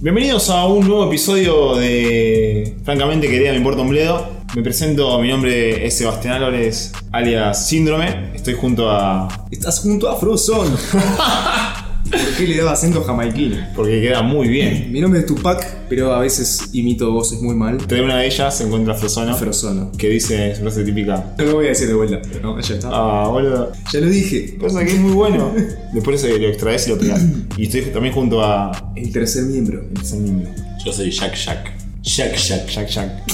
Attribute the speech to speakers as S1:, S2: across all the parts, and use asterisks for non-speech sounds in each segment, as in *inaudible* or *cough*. S1: Bienvenidos a un nuevo episodio de Francamente Querida Me Importa un Bledo. Me presento, mi nombre es Sebastián Álvarez, alias Síndrome. Estoy junto a...
S2: Estás junto a Frozone. ¿Por qué le daba acento jamaiquino?
S1: porque queda muy bien.
S2: Mi nombre es Tupac, pero a veces imito voces muy mal.
S1: Entre una de ellas se encuentra Frozono,
S2: Frozone.
S1: que dice su frase típica.
S2: No lo voy a decir de vuelta, pero no, ya está.
S1: Ah, boludo.
S2: Ya lo dije.
S1: Cosa que es muy bueno. Después eh, lo extraes y lo pegas. Y estoy también junto a...
S2: El tercer miembro.
S3: Yo soy Jack Jack. Jack Jack.
S1: Jack Jack.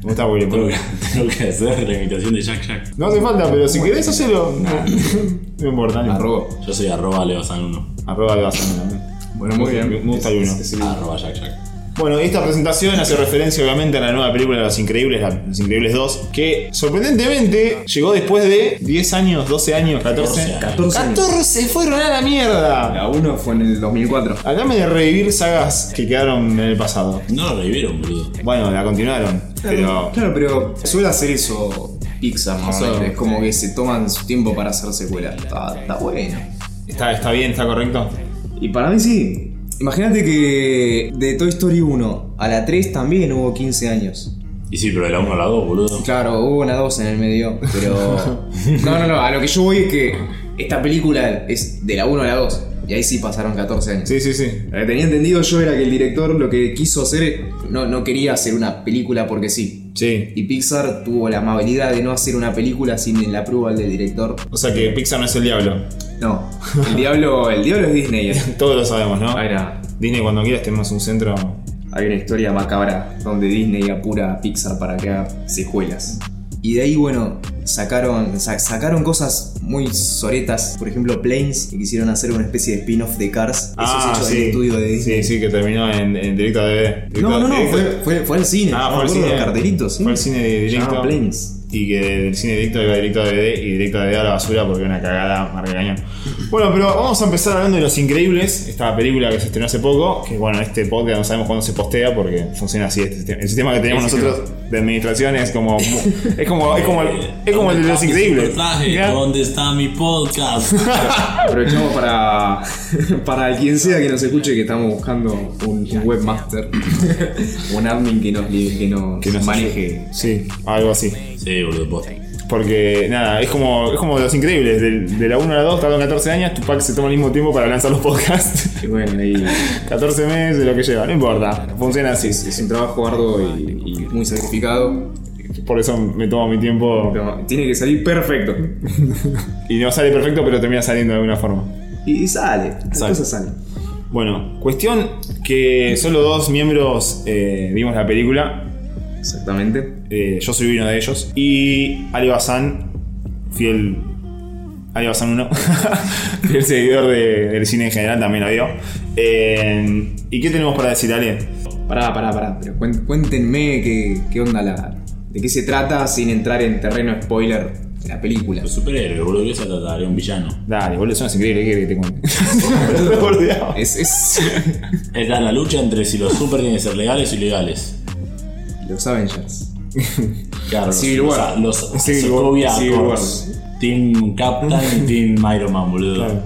S1: ¿Cómo estás, boludo?
S3: *laughs* Tengo que, tengo que hacer la imitación de Jack Jack.
S1: No hace falta, pero si querés hacerlo... No, no importa. no importa.
S2: Arroba.
S3: Yo soy arroba Leo San 1.
S1: Arroba de Bazán también.
S2: Bueno, muy bien.
S1: Me gusta el uno.
S3: Arroba Jack Jack.
S1: Bueno, esta presentación hace referencia obviamente a la nueva película de Los Increíbles, la- Los Increíbles 2, que sorprendentemente llegó después de 10 años, 12 años, 14.
S2: 14 años.
S1: 14 fueron a la mierda.
S2: La 1 fue en el 2004.
S1: Háblame de revivir sagas que quedaron en el pasado.
S3: No lo revivieron, boludo.
S1: Bueno, la continuaron, pero
S2: Claro, pero suele hacer eso Pixar, ¿no?
S3: Eso-
S2: Es como que se toman su tiempo para hacer secuelas. Está, está bueno.
S1: está, está bien, está correcto.
S2: Y para mí sí. Imagínate que de Toy Story 1 a la 3 también hubo 15 años.
S3: Y sí, pero de la 1 a la 2, boludo.
S2: Claro, hubo una 2 en el medio, pero... No, no, no, a lo que yo voy es que esta película es de la 1 a la 2, y ahí sí pasaron 14 años.
S1: Sí, sí, sí.
S2: Lo que tenía entendido yo era que el director lo que quiso hacer, no, no quería hacer una película porque sí.
S1: Sí.
S2: Y Pixar tuvo la amabilidad de no hacer una película sin la prueba del director.
S1: O sea que Pixar no es el diablo.
S2: No, el diablo, el diablo es Disney. ¿eh?
S1: Todos lo sabemos, ¿no?
S2: Ay, nada.
S1: Disney cuando quieras tenemos un centro.
S2: Hay una historia macabra donde Disney apura a Pixar para que haga secuelas. Y de ahí, bueno, sacaron, sa- sacaron cosas muy soretas. Por ejemplo, Planes, que quisieron hacer una especie de spin-off de Cars. Eso es hecho del estudio de Disney.
S1: Ah, Sí, sí, que terminó en, en directo a DVD. Directo-
S2: No, no, no,
S1: directo-
S2: fue, fue, fue al cine.
S1: Ah, fue
S2: Yo
S1: al
S2: me acuerdo
S1: cine.
S2: los cartelitos, ¿sí?
S1: Fue al cine
S2: Se
S1: directo.
S2: llamaba Planes.
S1: Y que del cine directo iba directo a DVD y directo a DVD a la basura porque una cagada marca cañón. Bueno, pero vamos a empezar hablando de Los Increíbles, esta película que se estrenó hace poco, que bueno, este podcast no sabemos cuándo se postea porque funciona así. Este sistema. El sistema que tenemos
S2: El
S1: nosotros de administración es *laughs* como. Es como, es como, es como el de Los
S3: ¿Dónde está mi
S1: Increíbles.
S3: supertraje?
S1: Mirá.
S3: ¿Dónde está mi podcast?
S1: *laughs*
S2: Aprovechamos *laughs* para, para quien sea que nos escuche que estamos buscando un, un webmaster, *laughs* un admin que nos, li- que nos,
S1: Que nos
S2: maneje.
S1: Sí, algo así.
S3: sí, boludo, posta.
S1: Porque, nada, es como, es como Los Increíbles. del- De, la 1 a la 2 tardan 14 años, Tupac se toma el mismo tiempo para lanzar los podcasts.
S2: Y bueno, ahí
S1: 14 meses, lo que lleva, no importa. Funciona así.
S2: es un trabajo arduo y, y muy sacrificado.
S1: Por eso me tomo mi tiempo.
S2: pero tiene que salir perfecto.
S1: Y no sale perfecto, pero termina saliendo de alguna forma.
S2: Y, y sale, las
S1: Sale.
S2: cosas salen.
S1: Bueno, cuestión que solo dos miembros eh, vimos la película.
S2: Exactamente.
S1: Eh, yo soy uno de ellos. Y Ali Bazán, fiel. Ali Bazán 1, *laughs* fiel seguidor de- del cine en general, también lo vio. Eh, ¿Y qué tenemos para decir, Ale?
S2: Pará, pará, pará. Pero cuen- cuéntenme qué, qué onda la. de qué se trata sin entrar en terreno spoiler de la película.
S3: Los superhéroes, boludo, ¿qué se trataría? Un villano.
S1: Dale, boludo, eso no es increíble, ¿qué querés que te cuente? *laughs*
S2: *laughs*
S1: Boludeado.
S2: Es. es...
S3: Esta es la lucha entre si los super tienen que ser legales o ilegales.
S2: Los Avengers.
S3: Claro, los-
S2: Civil War.
S3: los, los
S1: Civil War,
S3: Sokovia
S1: Civil
S3: Accords. Team Captain y Team Iron Man, boludo.
S1: Claro,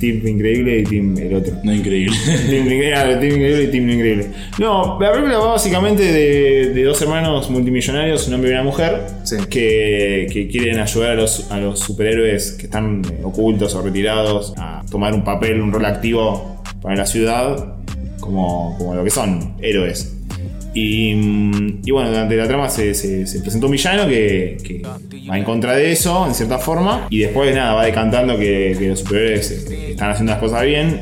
S1: Team Increíble y Team el otro.
S3: No increíble.
S1: Team Increíble, ah, Team Increíble y Team Increíble. No, la película va básicamente de, de dos hermanos multimillonarios, un hombre y una mujer,
S2: Sí.
S1: que, que quieren ayudar a los, a los superhéroes que están eh, ocultos o retirados a tomar un papel, un rol activo para la ciudad, como, como lo que son, héroes. Y, mm, y bueno, durante la trama se, se- se presentó un villano que, que va en contra de eso, en cierta forma. Y después, nada, va decantando que, que los superiores eh, están haciendo las cosas bien.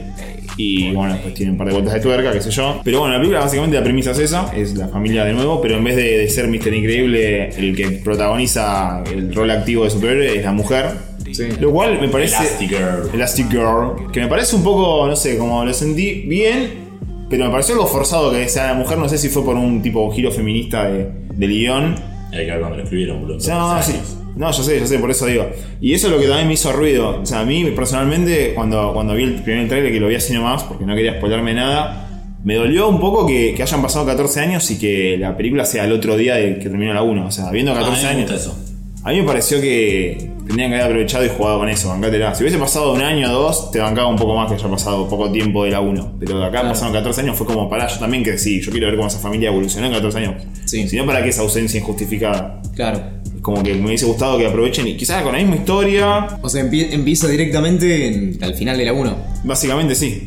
S1: Y bueno, después tiene un par de vueltas de tuerca, qué sé yo. Pero bueno, la película básicamente la premisa es esa: es la familia de nuevo. Pero en vez de, de ser Mister Increíble, el que protagoniza el rol activo de superhéroe es la mujer.
S2: Sí.
S1: Lo cual me parece.
S3: Elastigirl.
S1: Elastic Girl. Que me parece un poco, no sé, como lo sentí bien, pero me pareció algo forzado que sea la mujer. No sé si fue por un tipo un giro feminista de, del guión.
S3: Hay que ver cuando lo escribieron, boludo.
S1: O sea, no, no, sí.
S3: Años.
S1: No, yo sé, yo sé, por eso digo. Y eso es lo que también me hizo ruido. O sea, a mí personalmente, cuando, cuando vi el primer trailer, que lo vi así nomás, porque no quería spoilerme nada, me dolió un poco que, que hayan pasado 14 años y que la película sea el otro día de que terminó la 1. O sea, viendo
S3: Ah, a mí
S1: 14
S3: me
S1: años.
S3: gusta eso.
S1: A mí me pareció que tendrían que haber aprovechado y jugado con eso, bancátela. Si hubiese pasado un año o dos, te bancaba un poco más que haya pasado poco tiempo de la 1. Pero acá pasaron 14 años, fue como pará, yo también crecí, yo quiero ver cómo esa familia evolucionó en 14 años.
S2: Sí.
S1: Si no, ¿para qué esa ausencia injustificada?
S2: Claro.
S1: Como que me hubiese gustado que aprovechen y quizás con la misma historia,
S2: O sea, empie- empieza directamente en- al final de la 1.
S1: básicamente sí.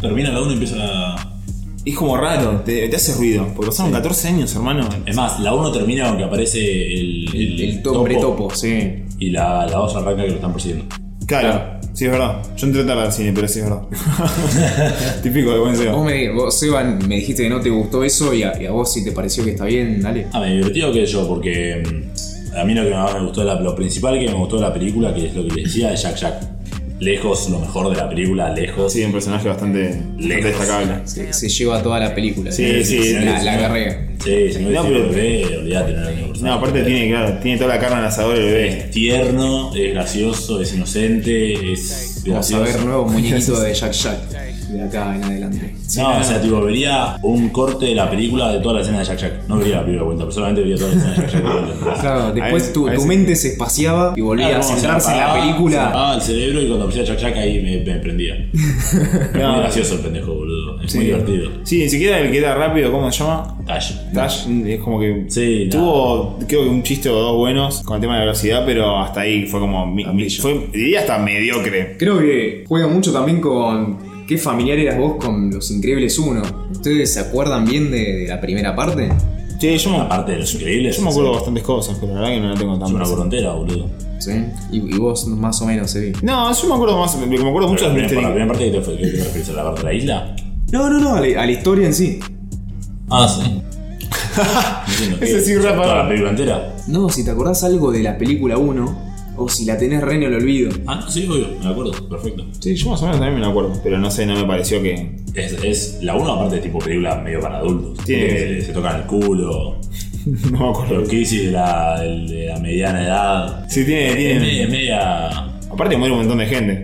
S3: Termina la 1 y empieza la.
S1: Es como raro, te, te hace ruido, porque pasaron 14 años, hermano.
S3: Es más, la 1 termina aunque aparece el.
S2: El, el hombre topo, sí.
S3: Y la, la 2 arranca que lo están persiguiendo.
S1: Claro, sí es verdad. Yo entré tarde al cine, pero sí es verdad. *laughs* Típico de buen
S2: Vos,
S1: SEO.
S2: me, vos, Seba, me dijiste que no te gustó eso y a, y a vos si te pareció que está bien, dale.
S3: Ah, me divertido que yo, porque. mm, A mí lo que más me gustó, de la, lo principal que me gustó de la película, que es lo que les decía, es Jack Jack. Lejos, lo mejor de la película, lejos.
S1: Sí, un personaje bastante, bastante
S3: Lejos.
S1: destacable.
S2: Se, se lleva toda la película.
S3: Eh,
S1: Sí, sí,
S2: La,
S1: sí,
S2: la
S1: sí.
S2: carrera.
S3: Sí, si no
S1: No,
S3: no,
S1: pero-
S3: pero... bebé, olvídate, no era el mismo
S1: No,
S3: personaje.
S1: aparte tiene, claro, tiene toda la carne al asador el bebé.
S3: Es tierno, es gracioso, es inocente, es
S2: Vamos a
S3: gracioso.
S2: ver nuevos *laughs* muñequitos de Jack Jack de acá en adelante.
S3: No, o sea, tipo, vería un corte de la película de toda la escena de Jack Jack. No vería la película de vuelta, pero solamente vería toda la escena
S1: *laughs*
S3: de Jack Jack. de vuelta.
S2: Claro,
S1: A
S2: después
S1: ver,
S2: tu,
S1: a ver
S2: tu
S1: si-
S2: mente se espaciaba y volvía
S3: Claro,
S2: a
S3: como se
S2: centrarse en la
S3: apagaba, se
S2: película.
S3: apagaba el cerebro y cuando aparecía Jack Jack ahí me, me
S1: *laughs*
S3: prendía.
S1: Claro.
S3: Muy gracioso el pendejo, boludo. Es muy divertido.
S1: Sí, ni siquiera el que era rápido, ¿cómo se llama?
S3: Tash.
S1: Dash es como que
S3: Mm. Sí,
S1: tuvo creo que un chiste o dos buenos con el tema de la velocidad, pero hasta ahí fue como mi- mi- fue, diría hasta mediocre.
S2: Creo que juega mucho también con qué familiar eras vos con Los Increíbles 1. ¿Ustedes se acuerdan bien de, de la primera parte?
S1: Sí, yo me,
S3: Aparte de los increíbles.
S1: yo me acuerdo bastantes cosas, pero la verdad que no la tengo tan
S3: Es una
S1: presente.
S3: frontera, boludo.
S2: ¿Sí? Y, y vos más o menos, Evi.
S1: No, yo me acuerdo más, lo que me acuerdo mucho
S3: Pero
S1: es
S3: la primera- por la
S1: Mr.
S3: primera parte que te fue, que te referís a la parte de la isla.
S2: No, no, no, a la, a la historia en sí.
S1: *laughs*
S3: Ah, sí. Entiendo.
S1: Ese sí,
S3: ¿Qué?
S1: rapa.
S3: ¿Toda la película entera?
S2: No, si te acordás algo de la película 1, o si la tenés re en el olvido.
S3: Ah, no, sí, obvio, me acuerdo, perfecto.
S1: Sí, yo más o menos también me lo acuerdo, pero no sé, no me pareció que *laughs*
S3: Es, es la una parte de tipo película medio para adultos.
S1: Tiene que
S3: que
S1: ser.
S3: se tocan el culo.
S1: no me acuerdo.
S3: Los crisis de la, el de la mediana edad.
S1: Sí, tiene,
S3: Es media. es
S1: tiene.
S3: media-
S1: Aparte muere un montón de gente.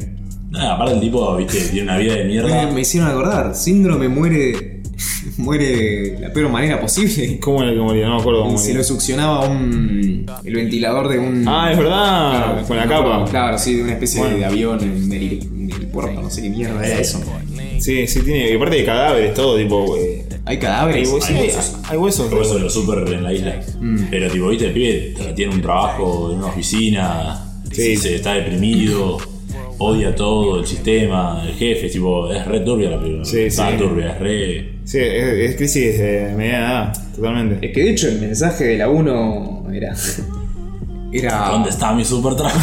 S3: Nada, aparte el tipo, viste, tiene una vida de
S2: Me,
S3: mierda.
S2: me hicieron acordar, síndrome muere, *laughs* muere de la peor manera posible.
S1: ¿Cómo era que moría? No me acuerdo cómo
S2: Se
S1: moría.
S2: lo succionaba un, el ventilador de un...
S1: Ah, es verdad, con la capa.
S2: Claro, sí, de una especie
S1: Bueno.
S2: de avión en el, en el puerto, no sé qué mierda era eso.
S1: Sí, sí, tiene. Y aparte de cadáveres, todo, tipo. eh,
S2: Hay
S1: hay,
S2: cadáveres.
S1: hue- sí, hay-
S3: huesos.
S1: hay huesos.
S3: Por eso lo super en la isla.
S1: Mm.
S3: Pero tipo, viste, el pibe tra- tiene un trabajo en una oficina.
S1: Sí.
S3: Se está deprimido. Odia todo, el sistema, el jefe. Tipo, es re turbia la película.
S1: Sí,
S3: Está
S1: sí.
S3: turbia, es re.
S1: Sí, es, es crisis de mediana edad, totalmente.
S2: Es que de hecho el mensaje de la 1 era. *laughs*
S1: Ah.
S2: Era.
S3: ¿Dónde está mi super trabajo?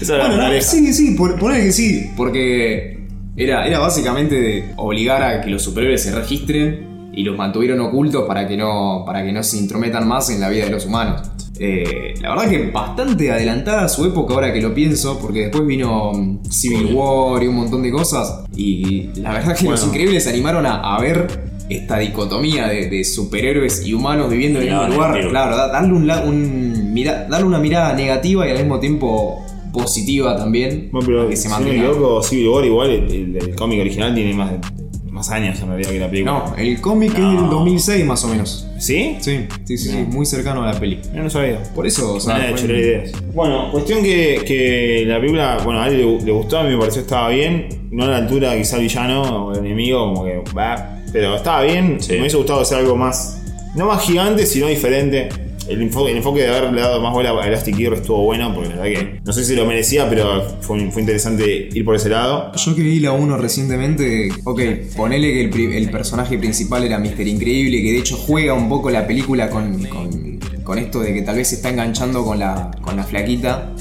S1: Esa era
S2: Bueno,
S1: la
S2: no,
S1: pareja.
S2: sí, sí, pon- ponele que sí. Porque era, era básicamente de obligar a que los superhéroes se registren y los mantuvieron ocultos para que no, para que no se intrometan más en la vida de los humanos. Eh, la verdad que bastante adelantada a su época ahora que lo pienso, porque después vino mm, Civil War y un montón de cosas. Y la verdad que los
S1: Bueno.
S2: increíbles se animaron a, a ver esta dicotomía de, de superhéroes y humanos viviendo en el
S3: Mirada
S2: mismo lugar.
S3: negativa.
S2: Claro, Claro, da- darle, un la- un mira- darle una mirada negativa y al mismo tiempo positiva también.
S1: Bueno, pero
S2: que se
S1: si no me
S2: mantenga.
S1: equivoco, Civil War igual, el, el- el cómic original tiene más, de- más años en realidad que la película.
S2: No, el cómic es del
S3: No.
S2: 2006 más o menos.
S1: ¿Sí?
S2: Sí, sí, sí, sí, muy cercano a la peli.
S1: Yo no sabía.
S2: Por eso, o sea,
S3: Ah,
S1: Nada de
S2: fue-
S1: chorar ideas. Bueno, cuestión que, que la película, bueno, a él le, le gustó, a mí me pareció que estaba bien. No a la altura quizá el villano o el enemigo, como que bah, pero estaba bien.
S3: Sí.
S1: Me hubiese gustado hacer algo más, no más gigante, sino diferente. El enfoque, el enfoque de haberle dado más bola a Elastic Girl estuvo bueno, porque la verdad que no sé si lo merecía, pero fue, fue interesante ir por ese lado.
S2: yo que vi la 1 recientemente, ok, ponele que el, pri- el personaje principal era Mr. Increíble, que de hecho juega un poco la película con, con- con esto de que tal vez se está enganchando con la, con la flaquita.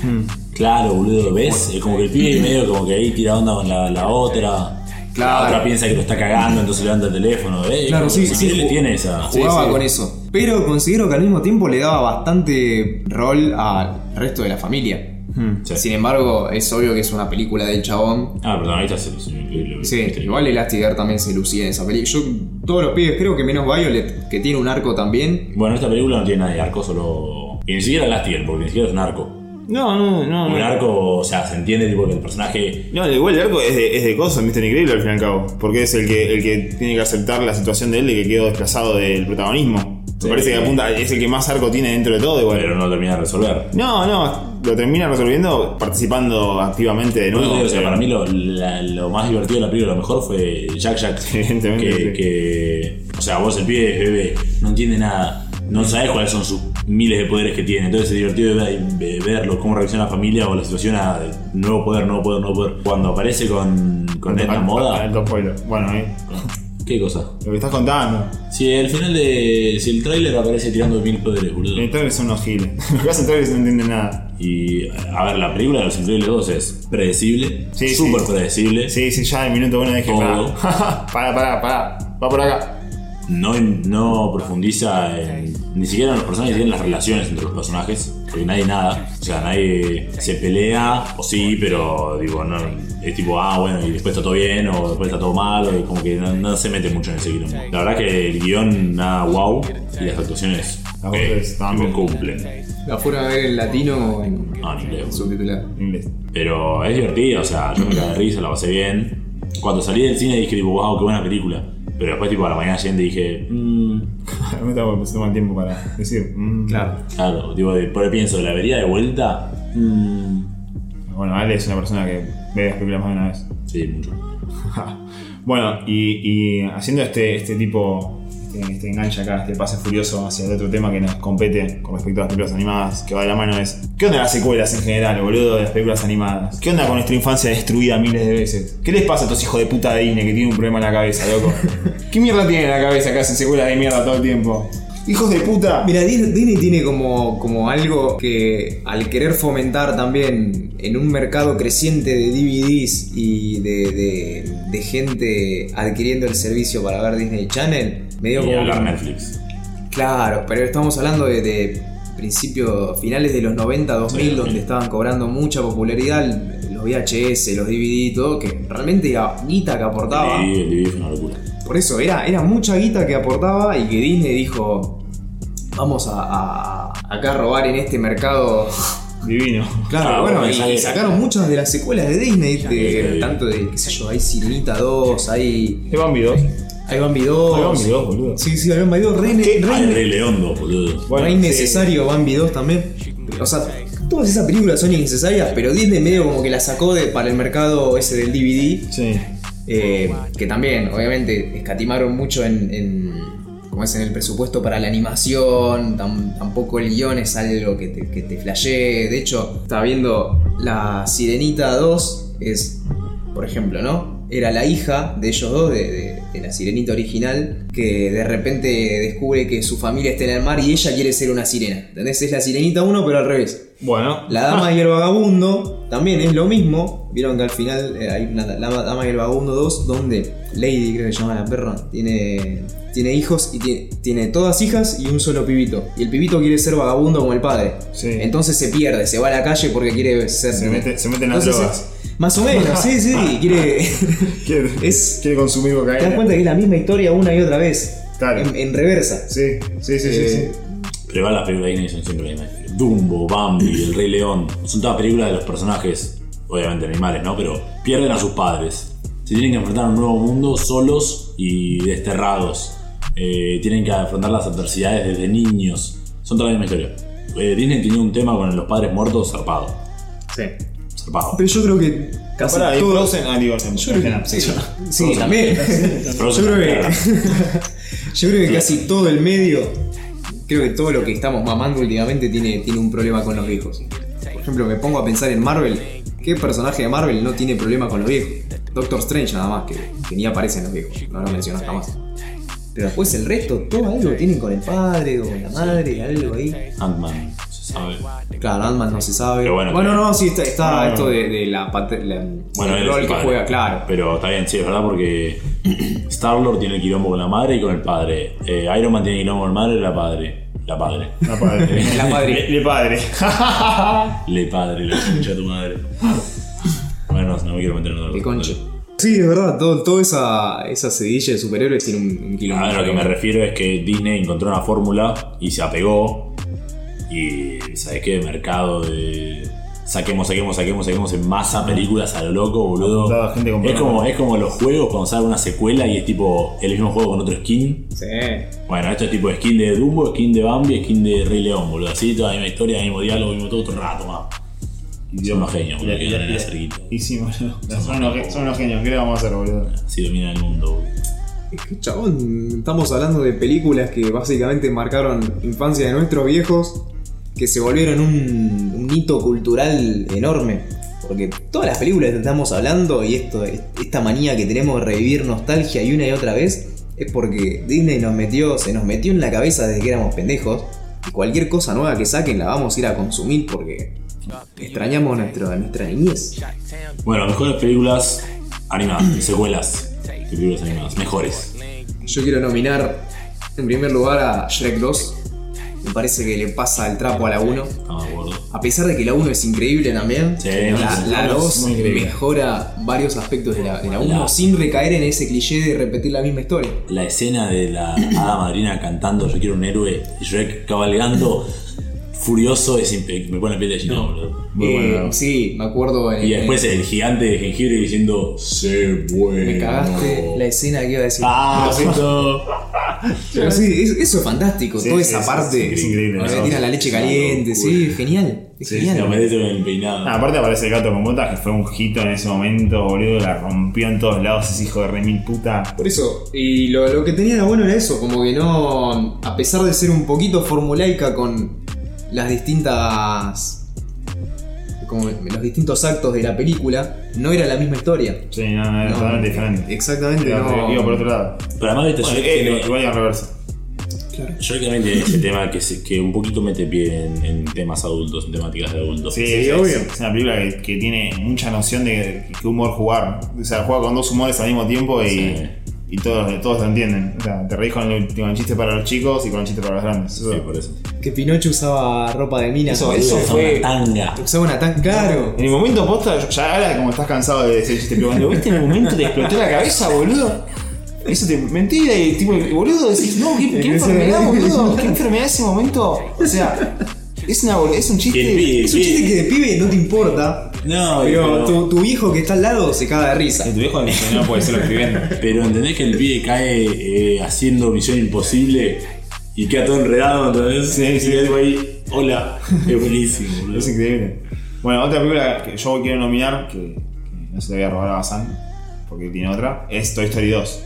S3: Claro, boludo, ¿ves? Es como que el pibe medio como que ahí tira onda con la, la otra.
S2: Claro.
S3: La otra piensa que lo está cagando, entonces levanta el teléfono. ¿eh? Es
S2: Claro,
S3: como
S2: sí,
S3: que
S2: sí.
S3: él le tiene esa.
S2: Jugaba
S1: sí.
S2: con eso. Pero considero que al mismo tiempo le daba bastante rol al resto de la familia.
S3: Sí.
S2: Sin embargo, es obvio que es una película del chabón.
S3: Ah, perdón, ahí está se lució increíble.
S2: Sí,
S3: Este,
S2: igual Elastigirl también se lucía en esa película. Yo, todos los pibes, creo que menos Violet, que tiene un arco también.
S3: Bueno, esta película no tiene nadie arco, solo. Y ni siquiera Lastier, porque ni siquiera es un arco.
S1: No, no, no.
S3: Un
S1: no.
S3: arco, o sea, se entiende tipo que el personaje.
S1: No, igual el arco es de, es de cosas, Mr. Increíble al fin y al cabo. Porque es el que, el que tiene que aceptar la situación de él de que quedó desplazado del protagonismo. Me parece que apunta, es el que más arco tiene dentro de todo. Igual.
S3: Pero no lo termina de resolver.
S1: No, no, lo termina resolviendo participando activamente de
S3: No,
S1: nuevo.
S3: o sea,
S1: eh,
S3: para mí lo, la- lo más divertido de la película, lo mejor fue Jack Jack.
S1: Evidentemente,
S3: que,
S1: sí.
S3: que- o sea, vos el pibe es bebé, no entiende nada, no sabes cuáles son sus miles de poderes que tiene. Entonces es divertido de, ver- de verlo, cómo reacciona la familia o la situación a nuevo poder, nuevo poder, nuevo poder. Cuando aparece con, con Edna
S1: alto-
S3: Moda,
S1: alto spoiler. Bueno, eh,
S3: ¿qué cosa?
S1: lo que estás contando.
S3: Si al final de. Si el tráiler aparece tirando mil poderes, boludo.
S1: Los trailers son unos giles. *laughs* Los que hacen trailers no entienden nada.
S3: Y a ver, la película de los Increíbles 2 es predecible,
S1: Sí,
S3: súper
S1: sí.
S3: predecible.
S1: Sí, sí, ya el minuto uno dije, *laughs*
S3: Todo.
S1: para, para, para, para, va por acá.
S3: No, no profundiza en, ni siquiera en los personajes, tienen las relaciones entre los personajes, porque nadie nada, o sea, nadie se pelea, o sí, pero digo, no, es tipo, ah, bueno, y después está todo bien, o después está todo mal, o como que no, no se mete mucho en ese quilombo. La verdad que el guión, nada, wow, y las actuaciones,
S1: Las
S3: ok,
S1: voces también.
S3: cumplen.
S2: ¿Afuera va a ver el latino o en
S3: No, en inglés, boludo.
S2: subtitular?
S1: En inglés. *laughs*
S3: Pero es divertido, o sea, yo me cagué de risa, la pasé bien. Cuando salí del cine dije, tipo, wow, qué buena película. Pero después, tipo, a la mañana siguiente dije, mmm,
S1: No tengo que tomar tiempo para decir. mm.
S2: Claro.
S3: claro, tipo, de- por ahí pienso, la vería de vuelta, mmm,
S1: Bueno, Ale es una persona que ve las películas más de una vez.
S3: sí, mucho.
S1: bueno, y, y haciendo este, este tipo, este, este enganche acá, este pase furioso hacia el otro tema que nos compete con respecto a las películas animadas, que va de la mano es, ¿qué onda las secuelas en general, boludo, de las películas animadas? ¿Qué onda con nuestra infancia destruida miles de veces? ¿Qué les pasa a estos hijos de puta de Disney que tienen un problema en la cabeza,
S2: *laughs*
S1: loco? ¿Qué mierda tienen en la cabeza que hacen secuelas de mierda todo el tiempo? ¡Hijos de puta!
S2: Mira, Dis- Disney tiene como, como algo que al querer fomentar también en un mercado creciente de DVDs y de, de- de gente adquiriendo el servicio para ver Disney Channel, me dio
S3: Y
S2: como...
S3: hablar Netflix.
S2: Claro, pero estamos hablando de, de principios, finales de los 90, 2000,
S3: Sí,
S2: donde
S3: sí.
S2: estaban cobrando mucha popularidad los VHS, los DVD y todo, que realmente era guita que aportaba.
S3: Y el DVD fue una locura.
S2: Por eso, era, era mucha guita que aportaba y que Disney dijo, vamos a, a- a acá robar en
S1: *laughs*
S2: este mercado.
S1: Divino.
S2: Claro,
S3: Ah,
S2: bueno,
S3: bueno,
S2: y,
S3: ya que-
S2: sacaron muchas de las secuelas de Disney, de-
S3: que-
S2: tanto de, qué sé yo, hay Sirenita 2, hay,
S1: ¿Te van videos?
S2: hay Bambi 2.
S1: Hay Bambi 2, boludo.
S2: Sí, sí, hay Bambi 2, re,
S1: ¿Qué?
S2: re-
S3: Ah, el Rey León, dos, boludo.
S1: Bueno,
S2: re
S1: sí.
S2: innecesario Bambi 2 también. O sea, todas esas películas son innecesarias, pero Disney medio como que las sacó de, para el mercado ese del DVD.
S1: Sí.
S2: Eh, que también, obviamente, escatimaron mucho en, en- como es en el presupuesto para la animación. tam- tampoco el guión es algo que te, que te flashee. De hecho, estaba viendo La Sirenita 2, es, por ejemplo, ¿no? Era la hija de ellos dos, de, de- de la sirenita original, que de repente descubre que su familia está en el mar y ella quiere ser una sirena. ¿Entendés? Es la sirenita 1, pero al revés.
S1: Bueno.
S2: La
S1: *laughs*
S2: dama y el vagabundo también es lo mismo. Vieron que al final eh, hay una la dama y el vagabundo 2 donde Lady, creo que se llama la perra, tiene, tiene hijos y tiene, tiene todas hijas y un solo pibito. Y el pibito quiere ser vagabundo como el padre.
S1: Sí.
S2: Entonces se pierde, se va a la calle porque quiere ser.
S1: Se mete- se mete en las drogas.
S2: es- Más o menos, sí, sí, quiere.
S1: *laughs*
S2: *laughs*
S1: Quiere,
S2: Es-
S1: quiere consumir cocaína.
S2: Te das cuenta que es la misma historia una y otra vez.
S1: Claro.
S2: En, en reversa.
S1: Sí, sí, sí, sí, sí.
S2: Eh,
S3: Pero igual las películas de Disney son siempre las mismas. Dumbo, Bambi, El Rey León. Son todas películas de los personajes, obviamente animales, ¿no? Pero pierden a sus padres. Se tienen que enfrentar a un nuevo mundo solos y desterrados. Eh, tienen que afrontar las adversidades desde niños. Son todas la misma historia. Eh, Disney tenía un tema con los padres muertos zarpado.
S2: Sí.
S3: Zarpado.
S2: Pero yo creo que casi
S1: Pará, y
S2: todos-
S1: Frozen, ah, digo, se-
S2: Yo creo que-
S1: Argentina.
S2: sí, sí, también.
S3: Frozen
S2: yo, creo que,
S3: también.
S2: *laughs* yo creo que casi todo el medio, creo que todo lo que estamos mamando últimamente tiene, tiene un problema con los viejos. Por ejemplo, me pongo a pensar en Marvel. ¿Qué personaje de Marvel no tiene problema con los viejos? Doctor Strange nada más, que, que ni aparecen los viejos, no lo mencionas jamás. Pero después el resto, todo algo tienen con el padre o la madre, algo ahí.
S3: Ant-Man, se sabe.
S2: Claro, Ant-Man no se sabe.
S3: Pero bueno, pero-
S2: no, sí, está, está
S1: No, no, no.
S2: esto de, de la, pater- la-
S3: Bueno,
S2: el
S3: él es
S2: rol
S3: el
S2: que
S3: padre.
S2: juega, claro.
S3: Pero está bien, sí, es verdad, porque Star-Lord tiene el quilombo con la madre y con el padre. Eh, Iron Man tiene quilombo con la madre y la padre. La padre.
S1: La
S2: *laughs*
S1: padre.
S2: La madre.
S1: Le, le
S2: *laughs*
S1: padre.
S3: Le padre, la concha de tu madre. Bueno, no me quiero meter en otro.
S2: El conche. Sí, es verdad, todo- toda esa, esa sedilla de superhéroes tiene un, un quilombo.
S3: Ah, A ver, lo que me refiero es que Disney encontró una fórmula y se apegó. Y sabes qué, mercado de saquemos, saquemos, saquemos, saquemos en masa películas a lo loco, boludo.
S1: Apuntada, gente con
S3: Es
S1: problemas.
S3: como, es como los juegos cuando sale una secuela y es tipo el mismo juego con otro skin.
S2: Sí.
S3: Bueno, esto es tipo skin de Dumbo, skin de Bambi, skin de Rey León, boludo. Así, toda la misma historia, mismo diálogo, mismo todo, otro rato más. Son unos genios, boludo, que
S1: Y- y-
S3: ganan el
S1: y-
S3: acerquito.
S1: Y sí, boludo. Son unos, ge- son unos genios, ¿qué le vamos a hacer, boludo?
S3: Así dominan el mundo, boludo.
S2: Es que, chabón, estamos hablando de películas que básicamente marcaron infancia de nuestros viejos, que se volvieron un, un hito cultural enorme. Porque todas las películas que estamos hablando y esto, esta manía que tenemos de revivir nostalgia y una y otra vez, es porque Disney nos metió, se nos metió en la cabeza desde que éramos pendejos. Y cualquier cosa nueva que saquen la vamos a ir a consumir porque extrañamos nuestro, nuestra niñez.
S3: Bueno, mejores películas animadas, secuelas de películas animadas, mejores.
S2: Yo quiero nominar en primer lugar a Shrek 2. Me parece que le pasa el trapo a la 1.
S3: Estamos de acuerdo.
S2: A pesar de que la 1 es increíble también,
S3: Sí,
S2: la,
S3: sí,
S2: la
S3: es
S2: 2
S3: muy increíble.
S2: mejora varios aspectos de la, de la 1
S3: La-
S2: sin recaer en ese cliché de repetir la misma historia.
S3: La escena de la hada madrina cantando Yo quiero un héroe y Shrek cabalgando furioso es impe- me pone la piel de gallina, boludo.
S1: Muy
S2: Eh,
S1: bueno.
S2: Sí, me acuerdo en
S3: Y después el gigante de jengibre diciendo Sé bueno.
S2: Me cagaste la escena que iba a decir.
S3: Ah, siento. *laughs*
S2: Pero sí, es- eso es fantástico,
S1: Sí,
S2: toda
S1: sí,
S2: esa
S1: sí,
S2: parte.
S1: es increíble,
S2: Cuando
S1: ¿no?
S2: le tiran la leche caliente,
S3: Una
S2: sí, genial. Es
S1: Sí,
S2: genial.
S3: Me merece el peinado.
S1: Ah, aparte aparece el gato con botas, que fue un hito en ese momento, boludo. La rompió en todos lados ese hijo de remil puta.
S2: Por eso, y lo, lo que tenía de bueno era eso, como que no. A pesar de ser un poquito formulaica con las distintas. como los distintos actos de la película, no era la misma historia.
S1: Sí, no, no, era
S2: No,
S1: totalmente diferente.
S2: Exactamente,
S1: Iba-
S2: no.
S1: Iba por otro lado.
S3: Pero además, viste,
S1: Bueno,
S3: Shrek
S1: eh,
S3: tiene-
S1: igual iba en reversa.
S3: Shrek también tiene ese tema que, se- que un poquito mete pie en, en temas adultos, en temáticas de adultos.
S1: Sí, es, Es una película que, que tiene mucha noción de qué humor jugar. O sea, juega con dos humores al mismo tiempo y,
S3: Sí.
S1: y todos, todos lo entienden. O sea, te reís con el, con el chiste para los chicos y con el chiste para los grandes.
S3: Sí, por eso.
S2: Que Pinocho usaba ropa de mina.
S1: Eso-
S2: boludo.
S1: eso
S3: Usa
S1: fue-
S3: una tanga.
S2: Usaba una tan. Claro.
S1: En el momento posta, ya ahora como estás cansado de decir chiste, pero cuando lo viste en el momento te explotó la cabeza, boludo. Eso te mentira y tipo, boludo, decís, no, qué, qué
S2: En ese
S1: enfermedad,
S2: momento.
S1: boludo, qué enfermedad ese momento. O sea, es, una, bol- es un
S3: Y el pi-
S1: chiste.
S2: Es un chiste que de pibe no te importa.
S3: No,
S2: Pero tu, tu viejo que está al lado se caga de risa.
S1: tu viejo no puede ser lo escribiendo.
S3: Pero entendés que el pibe cae eh, haciendo misión imposible y queda todo enredado, ¿entendés?
S1: Sí, sí.
S3: Y algo ahí,
S1: *laughs*
S3: hola, es buenísimo, boludo.
S1: Es increíble. Bueno, otra película que yo quiero nominar, que, que no se la voy a robar a Bazán, porque tiene otra, es Toy Story 2.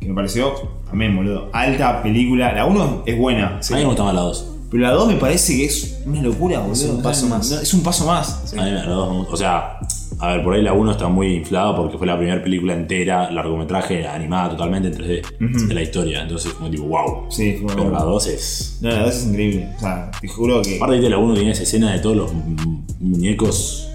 S1: Que me pareció, también, boludo, alta película. La 1 es buena, sí.
S3: A mí me gusta más la 2.
S1: pero la 2 me parece que es una locura, boludo.
S2: un paso
S1: No,
S2: más.
S1: no, es un paso más.
S3: A mí la 2 me gusta. O sea, a ver, por ahí la 1 está muy inflada porque fue la primera película entera, largometraje, animada totalmente en 3D de la historia. Entonces, como tipo, wow.
S1: Sí, fue
S3: Pero
S1: una
S3: la 2 es.
S1: No, la 2 es increíble. O sea, te juro que.
S3: Aparte de la 1 tiene esa escena de todos los mu- muñecos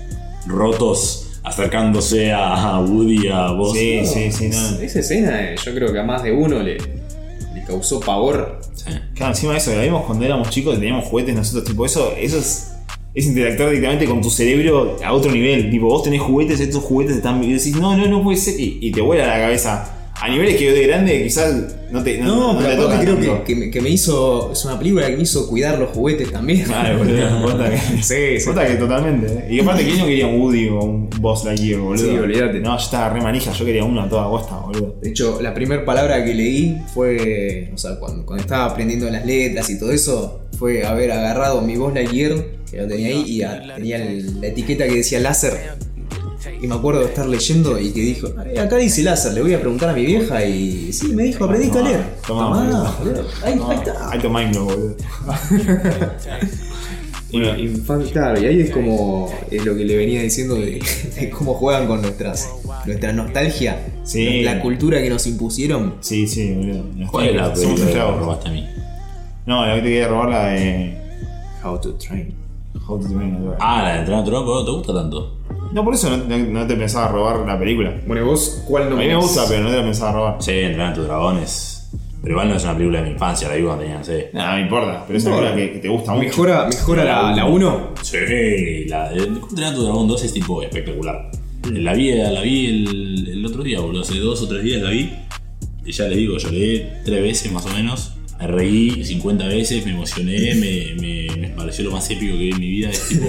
S3: rotos acercándose a a Woody, a vos.
S1: Sí, sí, sí, no.
S2: Esa escena, eh, yo creo que a más de uno le, le causó pavor.
S3: Sí.
S1: Claro, encima de eso, la vimos cuando éramos chicos y teníamos juguetes nosotros, tipo, eso, eso es, es interactuar directamente con tu cerebro a otro nivel. Tipo, vos tenés juguetes, estos juguetes están. Y decís, no, no, no puede ser. Y, y te vuela la cabeza. A niveles que de grande quizás no te.
S2: No,
S1: te
S2: pero aparte
S1: tocan
S2: creo que,
S1: tanto.
S2: que me, que me hizo. Es una película que me hizo cuidar los juguetes también.
S1: Claro,
S2: *laughs*
S1: boludo, posta que.
S2: Sí, sí.
S1: posta que totalmente. ¿eh? Y aparte, ¿quién no quería un Woody o un Boss Lightyear, boludo?
S2: Sí, olvídate.
S1: No, yo estaba re manija, yo quería uno a toda costa, boludo.
S2: De hecho, la primera palabra que leí fue. O sea, cuando, cuando estaba aprendiendo las letras y todo eso, fue haber agarrado mi voz Lightyear, que lo tenía ahí, y a- tenía el- la etiqueta que decía láser. Y me acuerdo de estar leyendo y que dijo, "Eh, acá dice láser, le voy a preguntar a mi vieja y sí, me dijo, aprendiste a leer.
S1: Tomá,
S2: Tomá,
S1: boludo.
S2: boludo. Ahí, ahí está.
S1: Alto mind blow,
S3: *laughs*
S1: boludo. Bueno, y-
S2: Infan- Claro, y ahí es como es lo que le venía diciendo de, *laughs* de cómo juegan con nuestras nuestra nostalgia,
S1: Sí.
S2: la cultura que nos impusieron.
S1: sí, sí, boludo.
S3: ¿Cuál es la
S1: Somos
S3: película que me
S1: esclavos.
S3: robaste a mí?
S1: No, la que te quería robar la de.
S2: How to train.
S1: How to Train Your Dragon.
S3: Ah, la de Entrenar a tu Dragon, ¿no te gusta tanto?
S1: No, por eso no, no- no te pensaba robar la película.
S2: Bueno, vos cuál
S1: A mí me gusta, pero no te la pensaba robar.
S3: Sí, Entrenar a tu Dragón es... Pero igual no es una película de mi infancia, la vi cuando tenía, no sé.
S1: Nada, no importa, pero es una
S2: No.
S1: película que, que te gusta mucho.
S2: Mejora, mejora la, la 1.
S3: Sí, la de Entrenar a tu Dragón 2 es tipo espectacular. La vi, la vi el, el otro día, boludo, hace dos o tres días la vi. Y ya les digo, lloré tres veces más o menos. Me
S1: *laughs*
S3: reí 50 veces, me emocioné, me, me- me pareció lo más épico que vi en mi vida. Es tipo...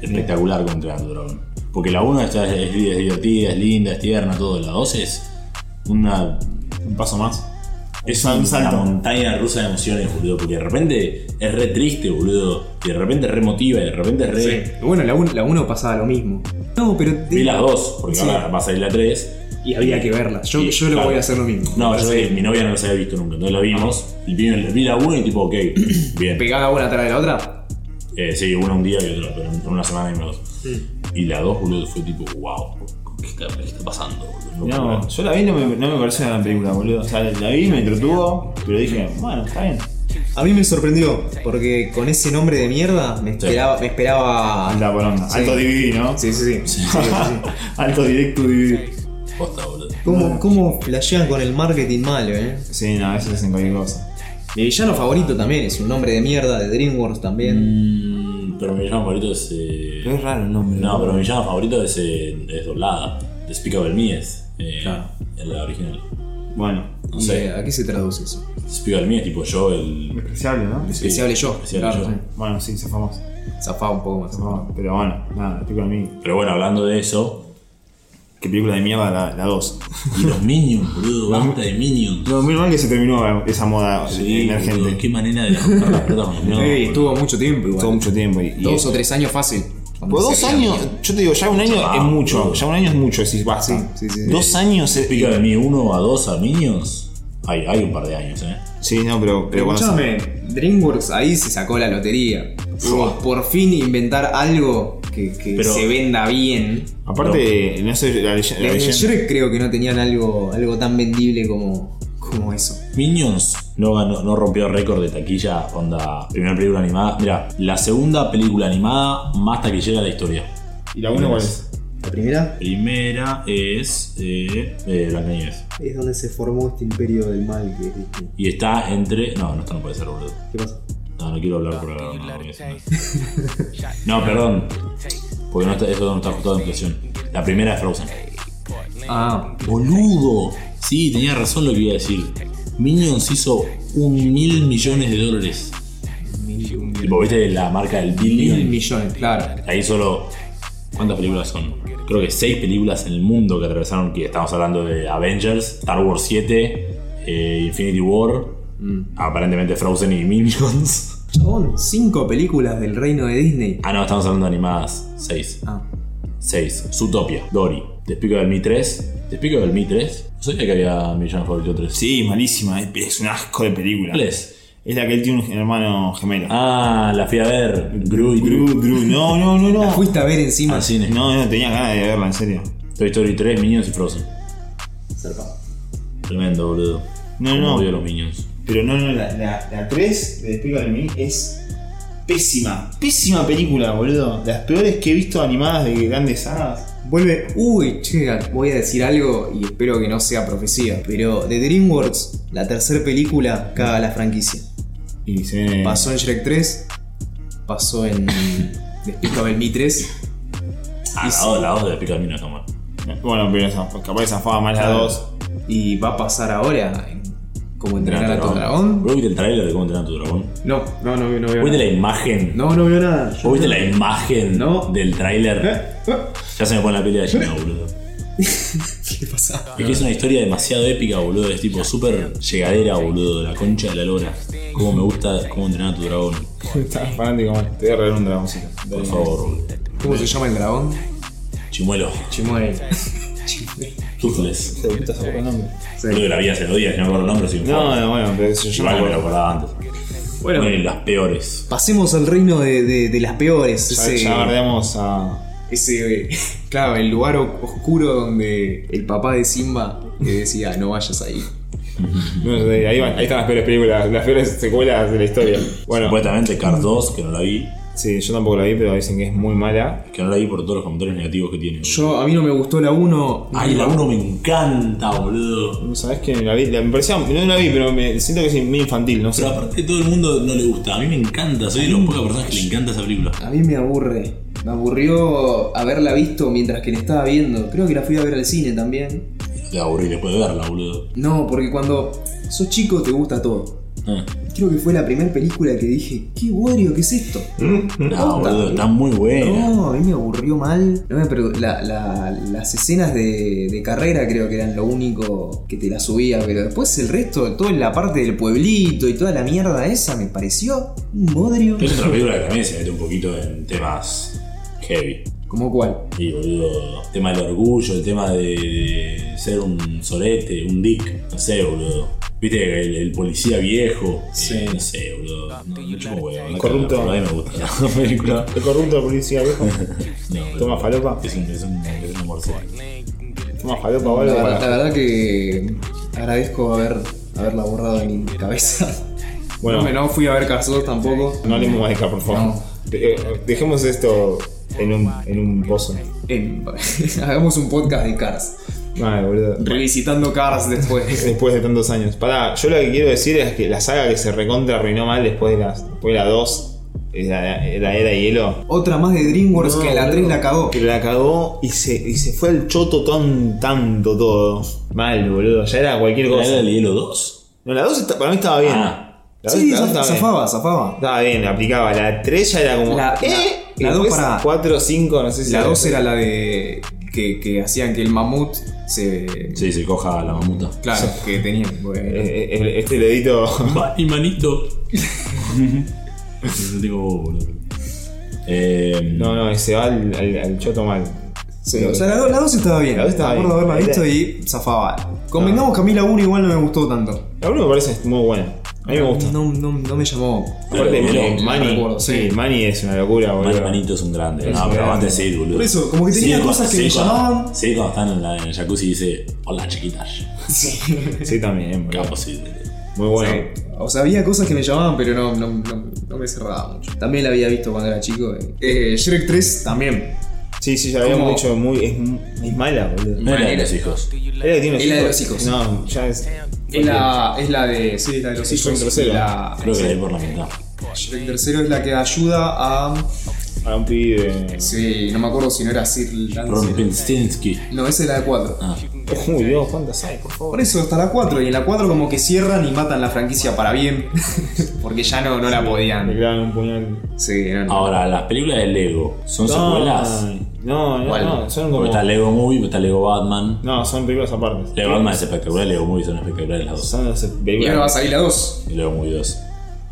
S3: espectacular con Train to Dragon. Porque la 1 está- es, es divertida, es linda, es tierna, todo. La 2 es una
S1: Un paso más.
S3: es
S1: Sal-
S3: un-
S1: salto.
S3: una montaña rusa de emociones, boludo. Porque de repente es re triste, boludo. Y de repente es re emotiva. Y de repente es re.
S2: Sí. Bueno, la 1 la uno pasaba lo mismo. No, pero. te-
S3: Vi las dos, porque
S2: Sí.
S3: ahora va a salir la 3.
S2: Y había que verla. Yo,
S3: Sí,
S2: yo lo
S3: claro.
S2: voy a hacer lo mismo.
S3: No, yo
S2: Entonces,
S3: vi- mi novia no las había visto nunca. Entonces la vimos. Y vi, vi la 1 y tipo,
S2: *clears throat*
S3: ok, bien.
S2: Pegada una atrás de la otra.
S3: Eh, sí, una un día y otra, pero en una semana y dos.
S2: Mm.
S3: Y la 2, boludo, fue tipo, wow, ¿qué está, qué está pasando, boludo? No puedo
S1: No,
S3: creer.
S1: yo la vi y no me, no me pareció una gran película, boludo. O sea, la vi, me entretuvo, pero dije, bueno, está bien.
S2: A mí me sorprendió, porque con ese nombre de mierda me esperaba. Me esperaba...
S1: Alta poronga.
S2: Sí.
S1: Alto DVD, ¿no?
S2: Sí, sí, sí. Sí, sí, sí.
S1: *laughs* Alto directo DVD.
S3: Posta, boludo.
S2: ¿Cómo, cómo flashean con el marketing malo, eh?
S1: Sí, no, a veces hacen cualquier cosa.
S2: Mi villano favorito también es un nombre de mierda de DreamWorks también.
S3: Mm, pero mi villano favorito es. eh,
S1: Pero es raro el nombre.
S3: No, pero mi villano favorito es, eh, es doblada. Despicable Me es. Eh,
S1: Claro.
S3: En la original.
S1: Bueno,
S3: No
S2: Y, eh,
S3: sé.
S2: ¿A qué se traduce eso?
S3: Despicable Me es tipo yo, el.
S1: despreciable, ¿no?
S3: sí,
S2: que se hable yo,
S3: que se hable
S2: claro,
S3: yo.
S2: sí.
S1: Bueno, sí, se famoso.
S2: Zafaba un poco más.
S1: Pero bueno, nada, estoy con mí.
S3: Pero bueno, hablando de eso.
S1: Qué película de mierda la, la 2.
S3: Y los Minions, boludo, basta de Minions.
S1: No, muy mal que se terminó esa moda
S3: Sí, boludo,
S1: emergente.
S3: qué manera de gastar las plata con los Minions.
S2: Sí,
S3: boludo.
S2: estuvo mucho tiempo igual.
S1: Todo mucho tiempo. Y, y-
S2: Dos o tres años fácil.
S1: Pero dos años, yo te digo, ya un año
S3: Ah,
S1: es mucho.
S3: boludo.
S1: Ya un año es mucho, decís, basta.
S2: Sí, sí, sí.
S1: Dos años es.
S3: Pica de mí 1 a 2 a Minions. Hay, hay un par de años, ¿eh?
S1: Sí, no, pero, pero cuando-
S2: Escúchame, DreamWorks ahí se sacó la lotería. Por- Por fin inventar algo que, que
S3: Pero-
S2: se venda bien.
S1: Aparte, no, sé, la, leyenda- la
S2: Desde
S1: leyenda-
S2: Shrek creo que no tenían algo, algo tan vendible como, como eso.
S3: Minions no, ganó- no rompió récord de taquilla, onda, primera película animada. Mira, la segunda película animada más taquillera de la historia.
S1: ¿Y la 1 cuál es?
S2: La primera
S3: Primera es eh, eh, Blancanieves.
S2: es donde se formó este imperio del mal que dijiste.
S3: Y está entre... No, no, esto no puede ser, boludo.
S2: ¿Qué pasa?
S3: No, no quiero hablar por ahora. No, voy a hacer nada. no perdón. Porque no está, eso no está ajustado a la inflación. La primera es Frozen.
S2: Ah,
S3: Boludo. Sí, tenía razón lo que iba a decir. Minions hizo un mil millones de dólares. Tipo, viste la marca del
S2: mil
S3: billion.
S2: millones, claro.
S3: Ahí solo. ¿Cuántas películas son? Creo que seis películas en el mundo que atravesaron. Que estamos hablando de Avengers, Star Wars 7, eh, Infinity War, aparentemente Frozen y Minions.
S2: Chabón, cinco películas del reino de Disney.
S3: Ah, no, estamos hablando de animadas. Seis.
S2: Ah,
S3: 6. Zootopia, Dory. Te explico del Mi 3. Te explico del Mi 3. No sabía que había mi villano favorito 3.
S1: Sí, malísima. Es, es un asco de película.
S3: ¿Cuál es?
S1: Es la que él tiene un hermano gemelo.
S3: Ah, la fui a ver. Gru y Gru.
S1: Gru, Gru. No, no, no,
S3: *laughs*
S2: La
S1: no.
S2: fuiste a ver encima.
S3: Al cine.
S1: No, no, tenía ganas de verla, en serio.
S3: Toy Story 3, Minions y Frozen.
S2: Zarpado.
S3: Tremendo, boludo.
S1: No,
S3: Cómo
S1: no.
S3: Odio a los Minions.
S1: Pero no, no, la, la, 3 de Despicable de mí es pésima. Pésima película, boludo. Las peores que he visto animadas de grandes sagas.
S2: Vuelve. Uy, che, voy a decir algo y espero que no sea profecía. Pero de DreamWorks, la tercera película caga la franquicia.
S1: Y se viene.
S2: Pasó en Shrek 3, pasó *laughs* en Despicable Me 3.
S3: Ah, la 2, la 2 de Pica del Mino está mal.
S1: Bueno, pero esa, capaz zafaba más la 2.
S2: Y va a pasar ahora en Cómo entrenar a tu dragón.
S3: ¿Vos viste el trailer de cómo entrenar a tu dragón?
S2: No, no, no, no veo
S3: ¿Vos viste
S2: nada.
S3: la imagen?
S2: No, no veo nada.
S3: ¿Vos viste la imagen
S2: No. ¿Eh?
S3: del trailer?
S2: ¿Qué
S3: Ya se me pone la pelea de China, boludo.
S2: le pasa?
S3: Es que es una historia demasiado épica, boludo. Es tipo súper llegadera, boludo. La concha de la lora. Cómo me gusta cómo entrenar a tu dragón.
S1: Estás fanático, mal. Te voy a regalar un dragoncito.
S3: Por favor, boludo.
S2: ¿Cómo se llama el dragón?
S3: Chimuelo.
S2: Chimuel.
S3: Toothless.
S2: Sí.
S3: Creo que la vi hace dos días, que no me acuerdo el nombre. Así que
S1: No, no, bueno, pero eso yo
S3: Igual
S1: me
S3: me lo
S1: acuerdo.
S3: acordaba antes.
S2: Bueno,
S3: Miren, las peores.
S2: pasemos al reino de, de- de las peores.
S1: Ya,
S2: ese-
S1: ya bardeamos a.
S2: Ese, eh, claro, el lugar o- oscuro donde el papá de Simba le decía, no vayas ahí.
S1: no sé, ahí, van- ahí están las peores películas, las peores secuelas de la historia. Bueno,
S3: Supuestamente Cars 2, que no la vi.
S1: sí, yo tampoco la vi, pero dicen que es muy mala.
S3: Que no la vi por todos los comentarios negativos que tiene. boludo.
S2: Yo, a mí no me gustó la 1.
S3: Ay, la 1 me encanta, boludo.
S1: ¿Sabes que la vi? la- me parecía, no la vi, pero me siento que es muy infantil, no sé.
S3: Pero aparte todo el mundo no le gusta. A mí me encanta. Soy de los pocas personas que le encanta esa película.
S2: A mí me aburre. Me aburrió haberla visto mientras que la estaba viendo. Creo que la fui a ver al cine también.
S3: Te aburrí después de verla, boludo.
S2: No, porque cuando sos chico te gusta todo.
S3: Ah.
S2: Creo que fue la primera película que dije, qué bodrio, ¿qué es esto?
S1: Mm,
S3: No,
S2: Puta.
S3: Ah, boludo, está muy buena.
S2: No, a mí me aburrió mal. No me perdo- la- la- las escenas de, de carrera creo que eran lo único que te la subía, pero después el resto, toda la parte del pueblito y toda la mierda esa me pareció un bodrio.
S3: Es otra película que también se mete un poquito en temas heavy.
S2: ¿Cómo cuál?
S3: Y boludo, el tema del orgullo, el tema de, de ser un sorete, un dick, no sé, boludo. Viste el, el policía viejo,
S2: Sí.
S3: Eh, no sé, boludo. No, no chupo huevo, no
S1: Corrupto.
S3: pero A mí me gusta la *laughs* película.
S1: El corrupto policía viejo.
S3: No, boludo.
S1: Toma falopa.
S3: Es un, es un, es un amor sexual.
S1: Toma falopa,
S2: La,
S1: boludo.
S2: ver- la
S1: para-
S2: verdad que agradezco haber, haberla borrado de mi cabeza.
S1: Bueno.
S2: No, me- no fui a ver Cars tampoco.
S1: No hablemos más de acá, por favor.
S2: No.
S1: De- eh, Dejemos esto en un, en un pozo.
S2: En- *laughs* hagamos un podcast de Cars.
S1: Ay, boludo.
S2: Revisitando Cars después.
S1: *laughs* Después de tantos años. Pará, yo lo que quiero decir es que la saga que se recontra arruinó mal después de, las, después de la 2, es la, la era de hielo.
S2: Otra más de DreamWorks
S1: No,
S2: que la
S1: boludo.
S2: 3 la cagó.
S1: Que la cagó y se, y se fue al choto tan tanto todo. Mal, boludo. Ya era cualquier
S3: ¿Era
S1: cosa.
S3: el hielo 2?
S1: No, la 2 está- para mí estaba bien.
S3: Ah.
S1: La dos-
S2: Sí,
S1: la dos
S2: zaf-
S1: estaba bien.
S2: zafaba, zafaba.
S1: Estaba bien, aplicaba. La 3 ya era como.
S2: La- la- la dos para-
S1: 4, 5, no sé si.
S2: La 2 era la de. Que, que hacían que el mamut se.
S3: Sí, se coja a la mamuta.
S2: Claro, que tenían.
S1: Eh,
S2: bueno.
S1: eh, el- Este dedito. *laughs*
S3: Va, Y manito. *laughs* Yo digo, oh, boludo. Eh,
S1: No, no, se va al, al- al choto mal.
S2: Sí, o sea, la 2 estaba bien.
S1: La dos estaba
S2: me acuerdo
S1: bien.
S2: haberla visto y zafaba. Convengamos que a mí la 1 igual no me gustó tanto.
S1: La 1 me parece muy buena. A mí me gusta.
S2: No, no, no me llamó.
S1: Aparte,
S3: Pero,
S1: eh,
S3: no,
S1: Manny,
S2: recuerdo,
S1: sí,
S2: sí.
S1: Manny es una locura, boludo.
S3: Man- Manito es un grande.
S1: Es
S3: no,
S1: un
S3: pero
S1: grande.
S3: antes sí, boludo.
S2: Por eso, como que tenía
S3: cuando-
S2: cosas que me
S3: cuando-
S2: llamaban.
S3: Sí, cuando están en, la- en el jacuzzi dice, hola chiquitas.
S1: Sí, también, boludo.
S3: Capo, sí.
S1: Muy bueno.
S2: Eh, O sea, había cosas que me llamaban, pero no, no, no, no me cerraba mucho. También la había visto cuando era chico. eh. Eh, Shrek 3 también.
S1: Sí, sí, ya habíamos
S2: Como-
S1: dicho, muy, es, es mala, boludo.
S3: No era de
S2: Manera.
S3: los hijos.
S1: Es la que tiene
S2: Es la de los hijos.
S1: No, ya es.
S2: Es la, es la de. Sí, la de los
S1: Es Shrek
S2: hijos.
S1: tercero.
S2: La,
S3: Creo que la vi por la mitad.
S2: Shrek tercero es la que ayuda a.
S1: A un pibe.
S2: Sí, no me acuerdo si no era Sir
S3: Ron
S2: Lance.
S3: Penstinsky.
S2: No, esa es la de 4.
S3: Ah,
S1: Uy, Dios, cuántas hay, por favor.
S2: Por eso está la 4. Y en la 4 como que cierran y matan la franquicia para bien. *laughs* Porque ya no, no la
S1: Le
S2: podían.
S1: clavan un puñal.
S2: Sí, no, no.
S3: Ahora, las películas de Lego, ¿son secuelas?
S1: No, no,
S2: ¿Cuál?
S1: no, son como.
S3: Porque está Lego Movie, está Lego Batman.
S1: No, son películas aparte.
S3: Lego Batman es espectacular, Lego Movie son espectaculares las dos.
S1: Son las
S2: Y ahora va a
S1: películas.
S2: salir la 2.
S3: Y Lego Movie 2.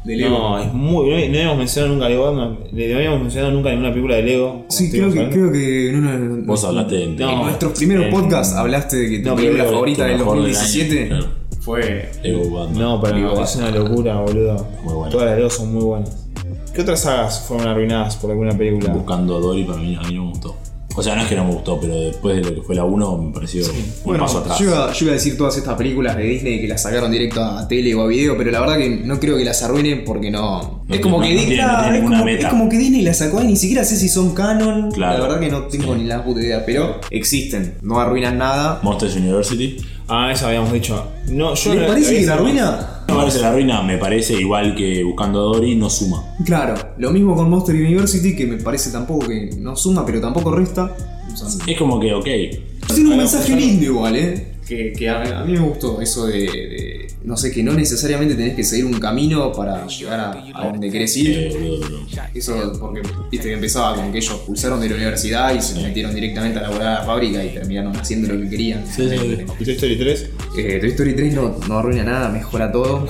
S2: De Lego.
S1: No, es muy. No, no habíamos mencionado nunca Lego Batman. Le no habíamos mencionado nunca ninguna película de Lego.
S2: sí, creo
S1: Estuvimos
S2: que,
S1: hablando.
S2: creo que en uno de-
S3: Vos Eh, hablaste de...
S1: No,
S2: En nuestros primeros
S1: en-
S2: podcasts hablaste de que tu
S1: No,
S2: película
S1: pero-
S2: favorita
S3: tu
S2: del
S3: mejor del año,
S2: 2017
S3: claro.
S2: fue.
S3: Lego Batman.
S1: No, pero
S2: Lego
S1: es una locura, boludo.
S3: Muy buena.
S1: Todas las Lego son muy buenas. ¿Qué otras sagas fueron arruinadas por alguna película?
S3: Buscando a Dory para mí, a mí no me gustó. O sea, no es que no me gustó, pero después de lo que fue la 1 me pareció un
S2: Bueno,
S3: paso atrás.
S2: yo iba, yo iba a decir todas estas películas de Disney que las sacaron directo a tele o a video, pero la verdad que no creo que las arruinen porque no.
S3: No
S2: es como que
S3: tiene- no tiene-
S2: Disney.
S3: no tiene
S2: es,
S3: ninguna
S2: como,
S3: meta.
S2: es como que Disney las sacó y ni siquiera sé si son canon.
S3: Claro.
S2: La verdad que no tengo
S3: Sí.
S2: ni la puta idea, pero existen. No arruinan nada.
S3: Monsters University.
S1: Ah, eso habíamos dicho. No, yo
S2: ¿Les
S1: no-
S2: parece que
S1: esa-
S2: la arruina?
S3: Me parece la ruina, me parece igual que Buscando a Dory, no suma.
S2: Claro, lo mismo con Monster University, que me parece tampoco que no suma, pero tampoco resta. O sea,
S3: Es como que, ok,
S2: Tiene un
S1: Ahora,
S2: mensaje
S1: Gonzalo.
S2: lindo igual, ¿eh? Que, que a, a mí me gustó eso de, de- No sé, que no necesariamente tenés que seguir un camino para llegar a, a donde querés ir.
S3: eh, boludo, boludo.
S2: Eso porque, viste, que empezaba con que ellos pulsaron de la universidad y se metieron directamente a laborar a la fábrica y terminaron haciendo lo que querían.
S3: Sí, sí, sí.
S1: ¿Y Toy Story 3?
S2: Eh, Toy Story 3 no, no arruina nada, mejora
S3: *laughs*
S2: todo.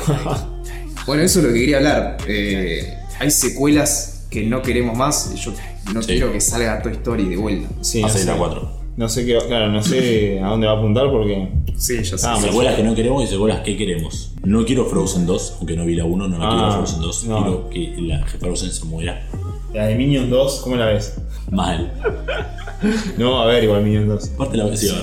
S2: bueno, eso es lo que quería hablar. Eh, hay secuelas que no queremos más. Yo no
S3: Sí.
S2: quiero que salga Toy Story de vuelta.
S1: Sí,
S3: Hace
S1: no
S3: la
S1: sé.
S3: 4.
S1: No sé qué, claro, no sé a dónde va a apuntar porque.
S2: Sí, ya sé.
S1: Ah, me-
S3: Secuelas que no queremos y secuelas que queremos. No quiero Frozen 2, aunque no vi la 1, no la
S1: Ah,
S3: quiero Frozen 2.
S1: no.
S3: Quiero que la que Frozen se muera
S1: La de Minions 2, ¿cómo la ves?
S3: mal.
S1: No, a ver, igual Minions 2.
S3: Aparte la voy a decir.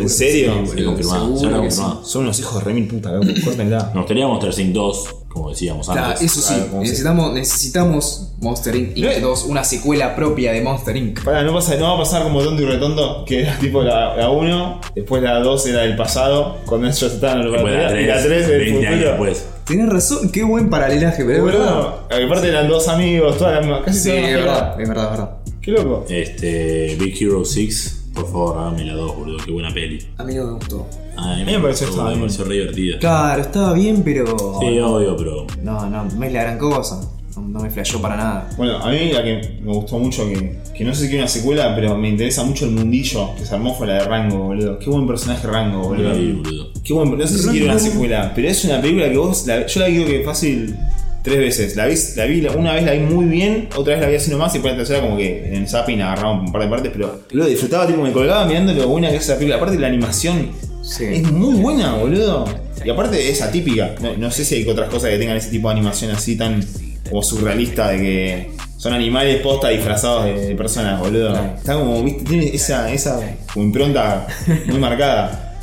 S1: ¿En serio?
S3: Sí,
S2: Seguro
S3: confirmado, ya está
S2: que sí.
S3: confirmado.
S1: Son unos hijos de remil puta,
S3: *laughs*
S1: loco, córtenla.
S3: Nos gustaría mostrar Sync 2, como decíamos
S2: Claro,
S3: antes.
S2: eso sí,
S1: claro, como
S2: necesitamos, necesitamos Monster Inc.
S1: No es-
S2: 2, una secuela propia de Monster Inc.
S1: Pará, ¿no, pasa, no va a pasar como tonto y retondo, que era tipo la 1, después la 2 era del pasado, cuando ellos estaban en la
S3: Después de la
S1: universidad,
S3: 3,
S1: y la 3 del
S3: 20 años
S1: futuro.
S3: después.
S2: Tenés razón, qué buen paralelaje, pero es verdad.
S1: Boludo, aparte eran dos amigos, todas las mismas, casi
S2: Sí,
S1: todas
S2: es
S1: las mismas.
S2: verdad, es verdad, es verdad.
S1: Qué loco.
S3: Este, Big Hero 6 Por favor, hágame la 2, boludo. Qué buena peli.
S2: A mí no me gustó.
S3: A mí
S1: me pareció
S3: gustó,
S1: extraño.
S3: Me pareció re divertida.
S2: Claro, estaba bien, pero.
S3: Sí, obvio, pero.
S2: No, no, no es la gran cosa. No, no me flashó para nada.
S1: Bueno, a mí la que me gustó mucho, que, que no sé si quiero una secuela, pero me interesa mucho el mundillo que se armó fue la de Rango, boludo. Qué buen personaje Rango, boludo.
S3: Sí, boludo.
S1: Qué buen, no sé si
S2: Rango.
S1: quiero una secuela, pero es una película que vos, la- yo la digo que fácil tres veces. La, ves- la vi, la- una vez la vi muy bien, otra vez la vi así nomás y por la tercera como que en el zapping agarraba un par de partes, pero lo disfrutaba, tipo me colgaba mirando lo buena que es esa película. Aparte la animación
S2: Sí.
S1: es muy buena, boludo. Y aparte es atípica. No, no sé si hay otras cosas que tengan ese tipo de animación así tan como surrealista de que son animales posta disfrazados de, de personas, boludo. Está como, viste, tiene esa, esa como impronta muy marcada.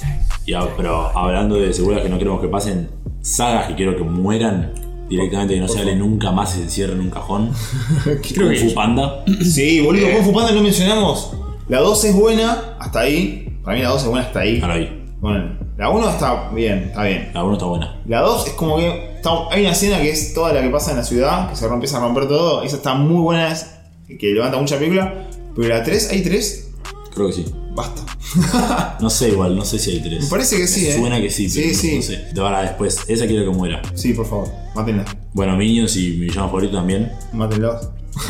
S3: Y a- pero hablando de secuelas que no queremos que pasen, sagas que quiero que mueran directamente, que no se hable nunca más y se cierren en un
S1: *laughs*
S3: cajón. Creo
S1: que-
S3: Panda.
S1: Sí, boludo, Kung Fu Panda no mencionamos. La 2 es buena hasta ahí. Para mí la 2 es buena hasta ahí.
S3: Ahora ahí.
S1: Bueno, la 1 está bien, está bien.
S3: La 1 está buena.
S1: La 2 es como que está- hay una escena que es toda la que pasa en la ciudad, que se rompe- empieza a romper todo. Esa está muy buena, es- que levanta mucha película. Pero la 3, hay 3,
S3: Creo que sí.
S1: basta.
S3: No sé igual, no sé si hay tres.
S1: Me parece que sí, eh.
S3: Suena que sí, pero
S1: Sí, sí.
S3: no sé. De ahora después, esa quiero que muera.
S1: Sí, por favor, mátenla.
S3: Bueno, Minions y mi villano favorito también,
S1: Mátenla.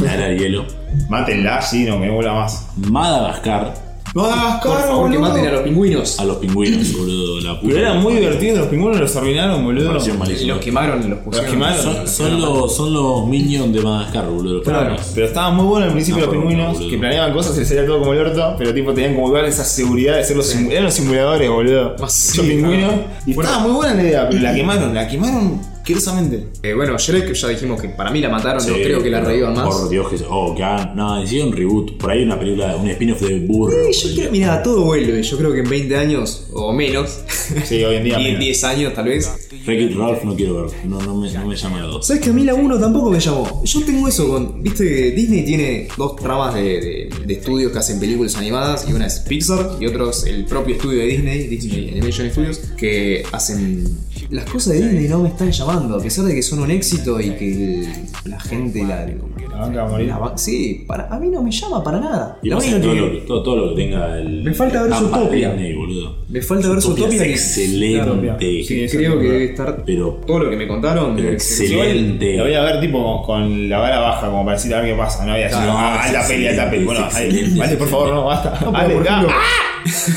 S3: la era del hielo.
S1: Mátenla, sí, no, que no vuela más.
S3: Madagascar
S1: No hagas caro,
S2: Aunque maten a
S1: boludo.
S2: los pingüinos.
S3: a los pingüinos, boludo, la puta.
S1: Pero era muy divertido, los pingüinos los arruinaron, boludo.
S3: Pareció malísimo.
S2: Los quemaron y los pusieron.
S1: quemaron.
S3: Son, son los, son los Minions de Madagascar, boludo. Los
S1: Claro,
S3: pingüinos.
S1: pero estaba muy bueno al principio
S3: No,
S1: los
S3: pero
S1: pingüinos,
S3: boludo.
S1: que planeaban cosas y les salía todo como el orto, pero tipo tenían como igual esa seguridad de ser los, simu- eran los simuladores, boludo.
S2: Ah, sí,
S1: Los pingüinos.
S2: claro.
S1: Y
S2: Bueno.
S1: estaba muy buena la idea, pero la quemaron, la quemaron curiosamente.
S2: Eh, bueno, Shrek ya dijimos que para mí la mataron, no
S3: Sí,
S2: creo que la
S3: pero
S2: revivan más.
S3: Por Dios que se- Oh, que hagan. No, hicieron un reboot. Por ahí una película, un spin-off de Burro.
S2: Sí, yo creo, mira, todo vuelve. Yo creo que en 20 años o menos, *laughs*
S1: Sí, hoy en día.
S2: 10,
S1: mira.
S2: 10 años tal vez.
S3: Wreck-It Ralph no quiero ver. No, no, me, no me llama la dos.
S2: Sabes que a mí la 1 tampoco me llamó. Yo tengo eso con. Viste que Disney tiene dos tramas de, de- de estudios que hacen películas animadas. Y una es Pixar y otro es el propio estudio de Disney, Disney Animation Studios, que hacen. Las cosas de Disney no me están llamando, a pesar de que son un éxito y que la gente la.
S1: La banca va a morir.
S2: la va- sí, para, a mí no me llama para nada.
S3: Y
S2: La
S3: pasa
S2: única
S3: que todo,
S2: que-
S3: lo que, todo, todo lo que tenga el.
S2: Me falta ver
S3: la estampa
S2: Zootopia.
S3: Disney, boludo.
S2: Me falta ver
S3: Zootopia
S2: Zootopia. que-
S3: es excelente.
S1: Sí, esa
S2: creo que
S1: película.
S2: debe estar.
S3: Pero-
S2: todo lo que me contaron.
S3: Pero
S2: debe ser-
S3: excelente.
S1: La voy a ver tipo con la vara baja, como para decir a ver qué pasa. No voy a decir,
S2: Claro,
S1: ah,
S3: es
S1: alta peli, alta peli.
S3: excelente,
S1: Bueno,
S3: es
S1: Ale,
S3: excelente,
S1: vale, por
S3: es
S1: favor, no, basta.
S2: No,
S1: Ale,
S2: pero por
S1: ah,
S2: ejemplo,
S1: ah.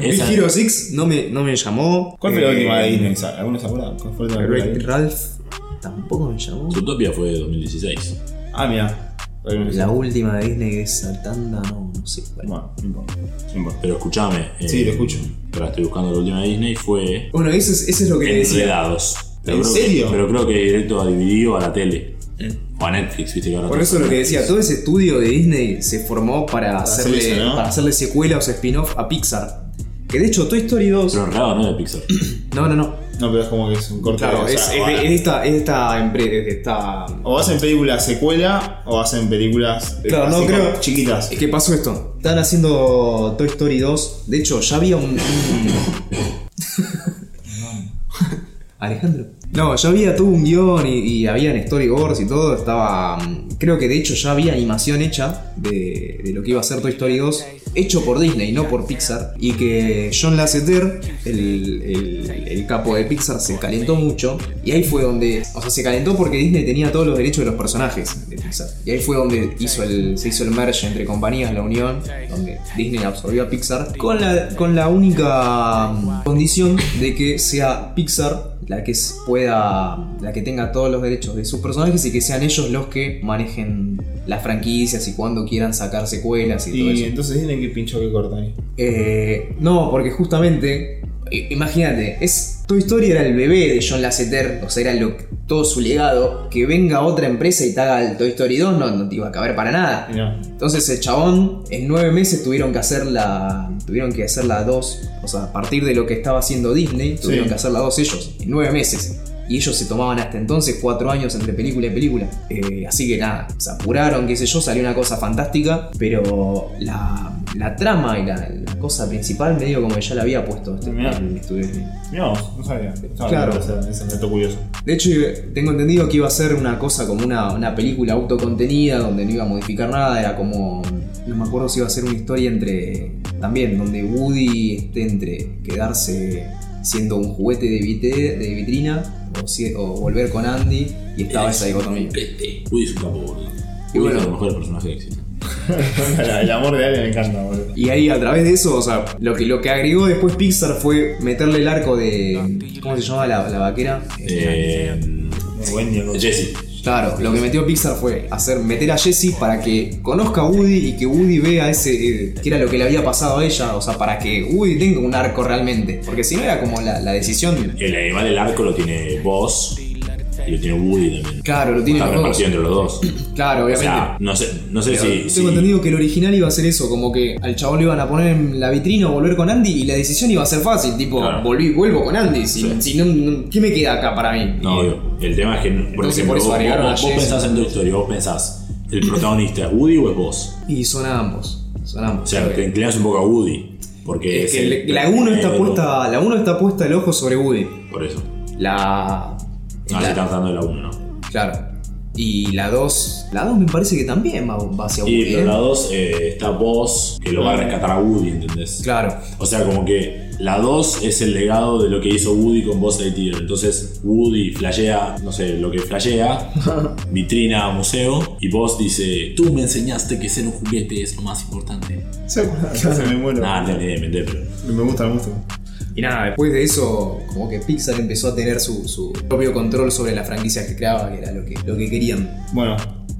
S2: Big
S3: Esa-
S2: Hero 6 no me, no me llamó.
S1: ¿Cuál fue la
S2: Eh,
S1: última de Disney? ¿Alguno se acuerda? ¿Cuál fue la última de
S2: Wreck-It
S1: Disney?
S2: Ralph tampoco me llamó.
S3: Zootopia fue de 2016.
S1: Ah, mira.
S2: La última de Disney que es Saltanda, no, no sé. cuál.
S1: Bueno, no importa. No importa.
S3: Pero escúchame. eh,
S1: Sí, te escucho.
S3: Ahora estoy buscando la última de Disney. Fue.
S2: Bueno, eso es, eso es lo que le decía.
S3: Enredados. Pero
S1: ¿En
S3: creo
S1: serio?
S3: Que, pero creo que directo a DVD o a la tele. O a Netflix, viste que ahora
S2: Por
S3: todo
S2: eso es lo que decía, todo ese estudio de Disney se formó para,
S1: hacer
S2: hacerle,
S1: eso, ¿no?
S2: para hacerle secuelas o spin-off a Pixar. Que de hecho Toy Story 2...
S3: Pero enredado no de Pixar.
S2: No, no, no.
S1: No, pero es como que es un corte.
S2: Claro,
S1: o sea,
S2: es, es de-
S1: ahora-
S2: es de esta, es de esta empresa, es de esta
S1: O hacen películas secuela o hacen películas eh,
S2: Claro, no,
S1: así
S2: creo-
S1: como chiquitas.
S2: Es que pasó esto. Están haciendo Toy Story 2. De hecho, ya había un. un- Alejandro. No, ya había, tuvo un guión y, y habían storyboards y todo. Estaba. mm, Creo que de hecho ya había animación hecha de, de lo que iba a ser Toy Story 2. Hecho por Disney, no por Pixar. Y que John Lasseter, el, el- el capo de Pixar, se calentó mucho. Y ahí fue donde. O sea, se calentó porque Disney tenía todos los derechos de los personajes de Pixar. Y ahí fue donde hizo el, se hizo el merge entre compañías, la unión, donde Disney absorbió a Pixar, con la, con la única mm, condición de que sea Pixar la que s- pueda, la que tenga todos los derechos de sus personajes y que sean ellos los que manejen las franquicias y cuando quieran sacar secuelas y, todo
S1: Y
S2: eso.
S1: entonces tienen que pincho que corta ahí.
S2: Eh, no, porque justamente, i- imagínate, es Toy Story era el bebé de John Lasseter, o sea, era lo- todo su legado. Que venga otra empresa y te haga el Toy Story 2 no, no te iba a caber para nada.
S1: Y no.
S2: Entonces el chabón, en nueve meses tuvieron que hacer la. Tuvieron que hacer la 2. O sea, a partir de lo que estaba haciendo Disney, tuvieron
S1: Sí.
S2: que hacer la 2 ellos. En nueve meses. Y ellos se tomaban hasta entonces cuatro años entre película y película. Eh, así que nada, se apuraron, qué sé yo, salió una cosa fantástica. Pero la, la trama y la, la cosa principal medio como que ya la había puesto este,
S1: Mirá.
S2: el estudio Disney.
S1: Mirá vos, no sabía. Estaba
S2: Claro.
S1: bien, o sea, Es un dato curioso. *laughs*
S2: De hecho, tengo entendido que iba a ser una cosa como una, una película autocontenida donde no iba a modificar nada. Era como. No me acuerdo si iba a ser una historia entre También, donde Woody esté entre quedarse siendo un juguete de, vite- de vitrina o, si- o volver con Andy y estaba esa dicotomía.
S3: Pete. Woody es un capo, boludo.
S2: Y
S3: Woody es
S2: bueno.
S3: uno de los mejores personajes que existen.
S1: el amor de Ale me encanta, boludo.
S2: Y ahí a través de eso, o sea, lo que, lo que agregó después Pixar fue meterle el arco de. ¿Cómo se llama la, la vaquera?
S3: Eh,
S1: Muy buen Diego.
S3: Jesse.
S2: Claro, lo que metió Pixar fue hacer meter a Jessie para que conozca a Woody y que Woody vea ese eh, que era lo que le había pasado a ella, o sea, para que Woody tenga un arco realmente, porque si no era como la, la decisión.
S3: El animal del arco lo tiene Boss y lo tiene Woody también.
S2: Claro, lo tiene
S3: Está
S2: los dos.
S3: repartido entre los dos.
S2: Claro,
S3: Ah, O
S2: obviamente.
S3: sea, no sé, no sé
S2: Pero
S3: si.
S2: tengo
S3: si-
S2: entendido que el original iba a ser eso, como que al chabón le iban a poner en la vitrina o volver con Andy y la decisión iba a ser fácil, tipo,
S3: Claro.
S2: volví, vuelvo con Andy, si,
S3: Sí.
S2: si no, no- ¿qué me queda acá para mí?
S3: No,
S2: Y-
S3: obvio. El tema es que, por
S2: Entonces,
S3: ejemplo,
S2: por eso
S3: vos,
S2: agregaron
S3: vos-
S2: a
S3: vos
S2: Jesse.
S3: pensás en tu historia, vos pensás, ¿el protagonista es Woody o es vos?
S2: y, son ambos, son ambos.
S3: O sea,
S2: Creo que-
S3: te inclinas un poco a Woody. Porque
S2: Es que
S3: el-
S2: le- la 1 está
S3: el-
S2: puesta, la 1 está puesta el ojo sobre Woody.
S3: Por eso. Ah,
S2: La
S3: No, se
S2: la-
S3: están tratando de la 1, ¿no?
S2: claro. Y la 2, la 2 me parece que también va, va hacia Woody.
S3: Y pero
S2: ¿eh?
S3: la 2 está vos que lo va a rescatar a Woody, ¿entendés?
S2: Claro.
S3: O sea, como que la 2 es el legado de lo que hizo Woody con Boss Lightyear. Entonces, Woody flashea, no sé, lo
S1: *laughs*
S3: que flashea, vitrina, museo, y Boss dice, tú me enseñaste que ser un juguete es lo más importante.
S1: Se me muero.
S3: Nada, no ni idea, me enteré, pero...
S1: Me gusta, me gusta.
S2: Y nada, después de eso, como que Pixar empezó a tener su, su propio control sobre las franquicias que creaba, que era lo que, lo que querían.
S1: Bueno,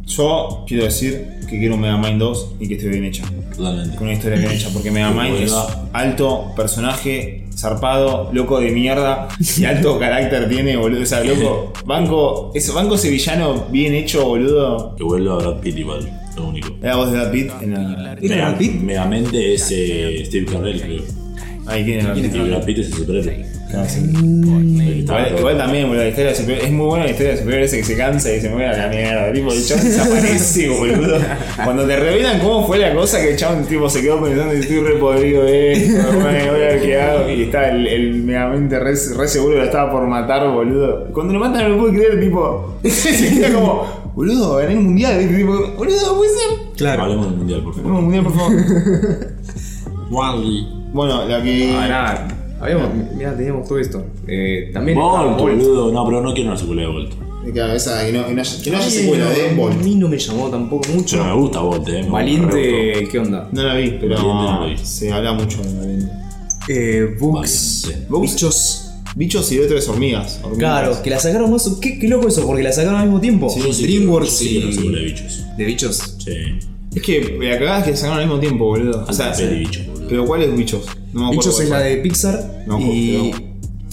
S1: yo quiero decir que quiero un Mega Mind 2 y que esté bien hecha.
S3: Totalmente.
S1: Con una historia bien hecha, porque Mega Mind es alto, personaje, zarpado, loco de mierda y
S3: *laughs*
S1: alto carácter tiene, boludo. O sea, loco, banco, ese banco sevillano bien hecho, boludo.
S3: Que vuelva a Brad Pitt igual, lo único.
S1: Es la voz de Brad Pitt en la.
S2: ¿Era Brad Pitt?
S3: Megamente es eh, Steve Carell, creo.
S1: Ahí tiene Brad Pitt.
S3: Y Brad Pitt es el superhéroe.
S1: Claro, sí.
S3: El que está-
S1: Igual, igual también, boludo, la historia de super- es muy buena la historia de superior ese que se cansa y se mueve a la mierda. Tipo, el chabón
S3: *laughs*
S1: desaparece, boludo. Cuando te revelan cómo fue la cosa que el chabón tipo, se quedó pensando estoy re podrido de esto, bueno, voy a ver qué hago. Y está el, el megamente re, re seguro que lo estaba por matar, boludo. Cuando lo matan no lo puedo creer, tipo. *laughs* Se queda como, boludo, gané el mundial, ¿viste? tipo, boludo, puede ser.
S3: Hablemos del mundial, por
S1: Ganemos
S3: favor.
S1: el mundial, por favor.
S3: Wally.
S1: Bueno, la que.
S2: Ah, nada. Habíamos, mirá, teníamos todo esto. Eh, también
S3: Bolt,
S2: estaba-
S3: boludo. No, pero no quiero una secuela de Bolt.
S1: Claro, esa que no, que no haya, que no haya
S2: Ay,
S1: secuela de
S2: no, A
S1: Bolt.
S2: mí no me llamó tampoco mucho.
S3: Yo no me gusta Bolt, eh. me re
S2: Valiente, ¿qué onda?
S1: No la vi, pero
S3: Valiente no la vi.
S1: se habla mucho de Valiente.
S2: Eh,
S3: Bugs. Valiente.
S2: Bichos.
S1: Bichos y de otras hormigas. hormigas.
S2: Claro, que la sacaron más. ¿Qué, qué loco eso, porque la sacaron al mismo tiempo.
S3: gustó. Yo sí quiero-
S2: DreamWorks
S3: yo sí quiero
S2: y.
S3: una secuela de bichos.
S2: de bichos.
S3: Sí.
S1: Es que la cagada es que la sacaron al mismo tiempo, boludo. O sea,
S3: Antes de bichos, boludo.
S1: pero ¿cuál es bichos? No me acuerdo
S2: Bichos es la
S1: cuál.
S2: de Pixar.
S1: No,
S2: y.